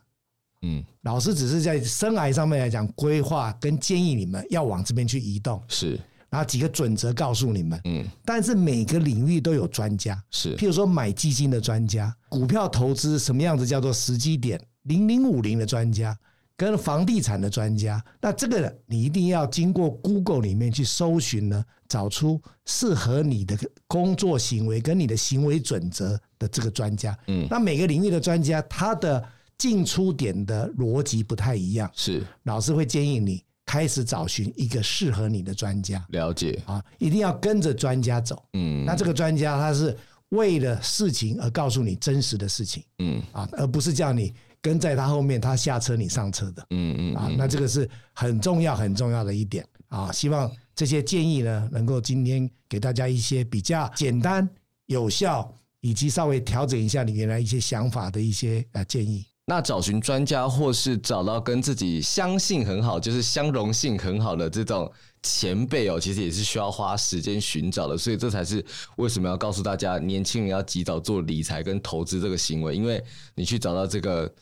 Speaker 1: 嗯，
Speaker 2: 老师只是在生涯上面来讲规划跟建议你们要往这边去移动，
Speaker 1: 是
Speaker 2: 然后几个准则告诉你们。
Speaker 1: 嗯
Speaker 2: 但是每个领域都有专家，
Speaker 1: 是
Speaker 2: 譬如说买基金的专家，股票投资什么样子叫做时机点，零零五零的专家，跟房地产的专家，那这个你一定要经过 Google 里面去搜寻呢，找出适合你的工作行为跟你的行为准则的这个专家。嗯，那每个领域的专家，他的进出点的逻辑不太一样，
Speaker 1: 是
Speaker 2: 老师会建议你开始找寻一个适合你的专家。
Speaker 1: 了解，
Speaker 2: 啊，一定要跟着专家走。
Speaker 1: 嗯
Speaker 2: 那这个专家他是为了事情而告诉你真实的事情
Speaker 1: 嗯
Speaker 2: 啊，而不是叫你跟在他后面，他下车你上车的
Speaker 1: 嗯嗯
Speaker 2: 啊。那这个是很重要很重要的一点啊。希望这些建议呢，能够今天给大家一些比较简单、有效，以及稍微调整一下你原来一些想法的一些呃建议。
Speaker 1: 那找寻专家，或是找到跟自己相性很好，就是相容性很好的这种前辈哦，其实也是需要花时间寻找的。所以这才是为什么要告诉大家，年轻人要及早做理财跟投资这个行为，因为你去找到这个，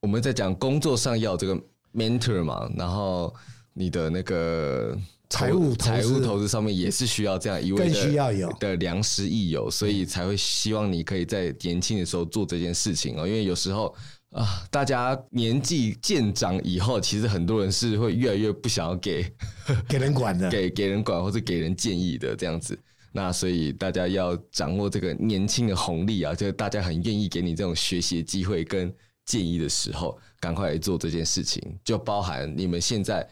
Speaker 1: 我们在讲工作上要有这个 mentor 嘛，然后你的那个
Speaker 2: 财务投
Speaker 1: 财务
Speaker 2: 资
Speaker 1: 投资上面也是需要这样一位的
Speaker 2: 更需要有
Speaker 1: 的良师益友，所以才会希望你可以在年轻的时候做这件事情哦，因为有时候。啊，大家年纪渐长以后，其实很多人是会越来越不想要给
Speaker 2: 给人管的，
Speaker 1: 给给人管或者给人建议的这样子。那所以大家要掌握这个年轻的红利啊，就是大家很愿意给你这种学习的机会跟建议的时候，赶快来做这件事情。就包含你们现在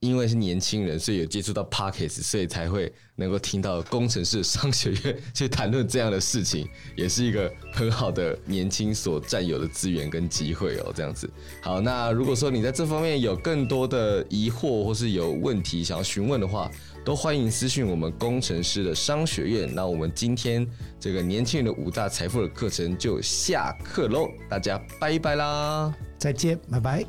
Speaker 1: 因为是年轻人，所以有接触到 Pockets，所以才会能够听到工程师商学院去谈论这样的事情，也是一个很好的年轻所占有的资源跟机会哦。这样子，好，那如果说你在这方面有更多的疑惑或是有问题想要询问的话，都欢迎私讯我们工程师的商学院。那我们今天这个年轻人的五大财富的课程就下课喽，大家拜拜啦！
Speaker 2: 再见，拜拜。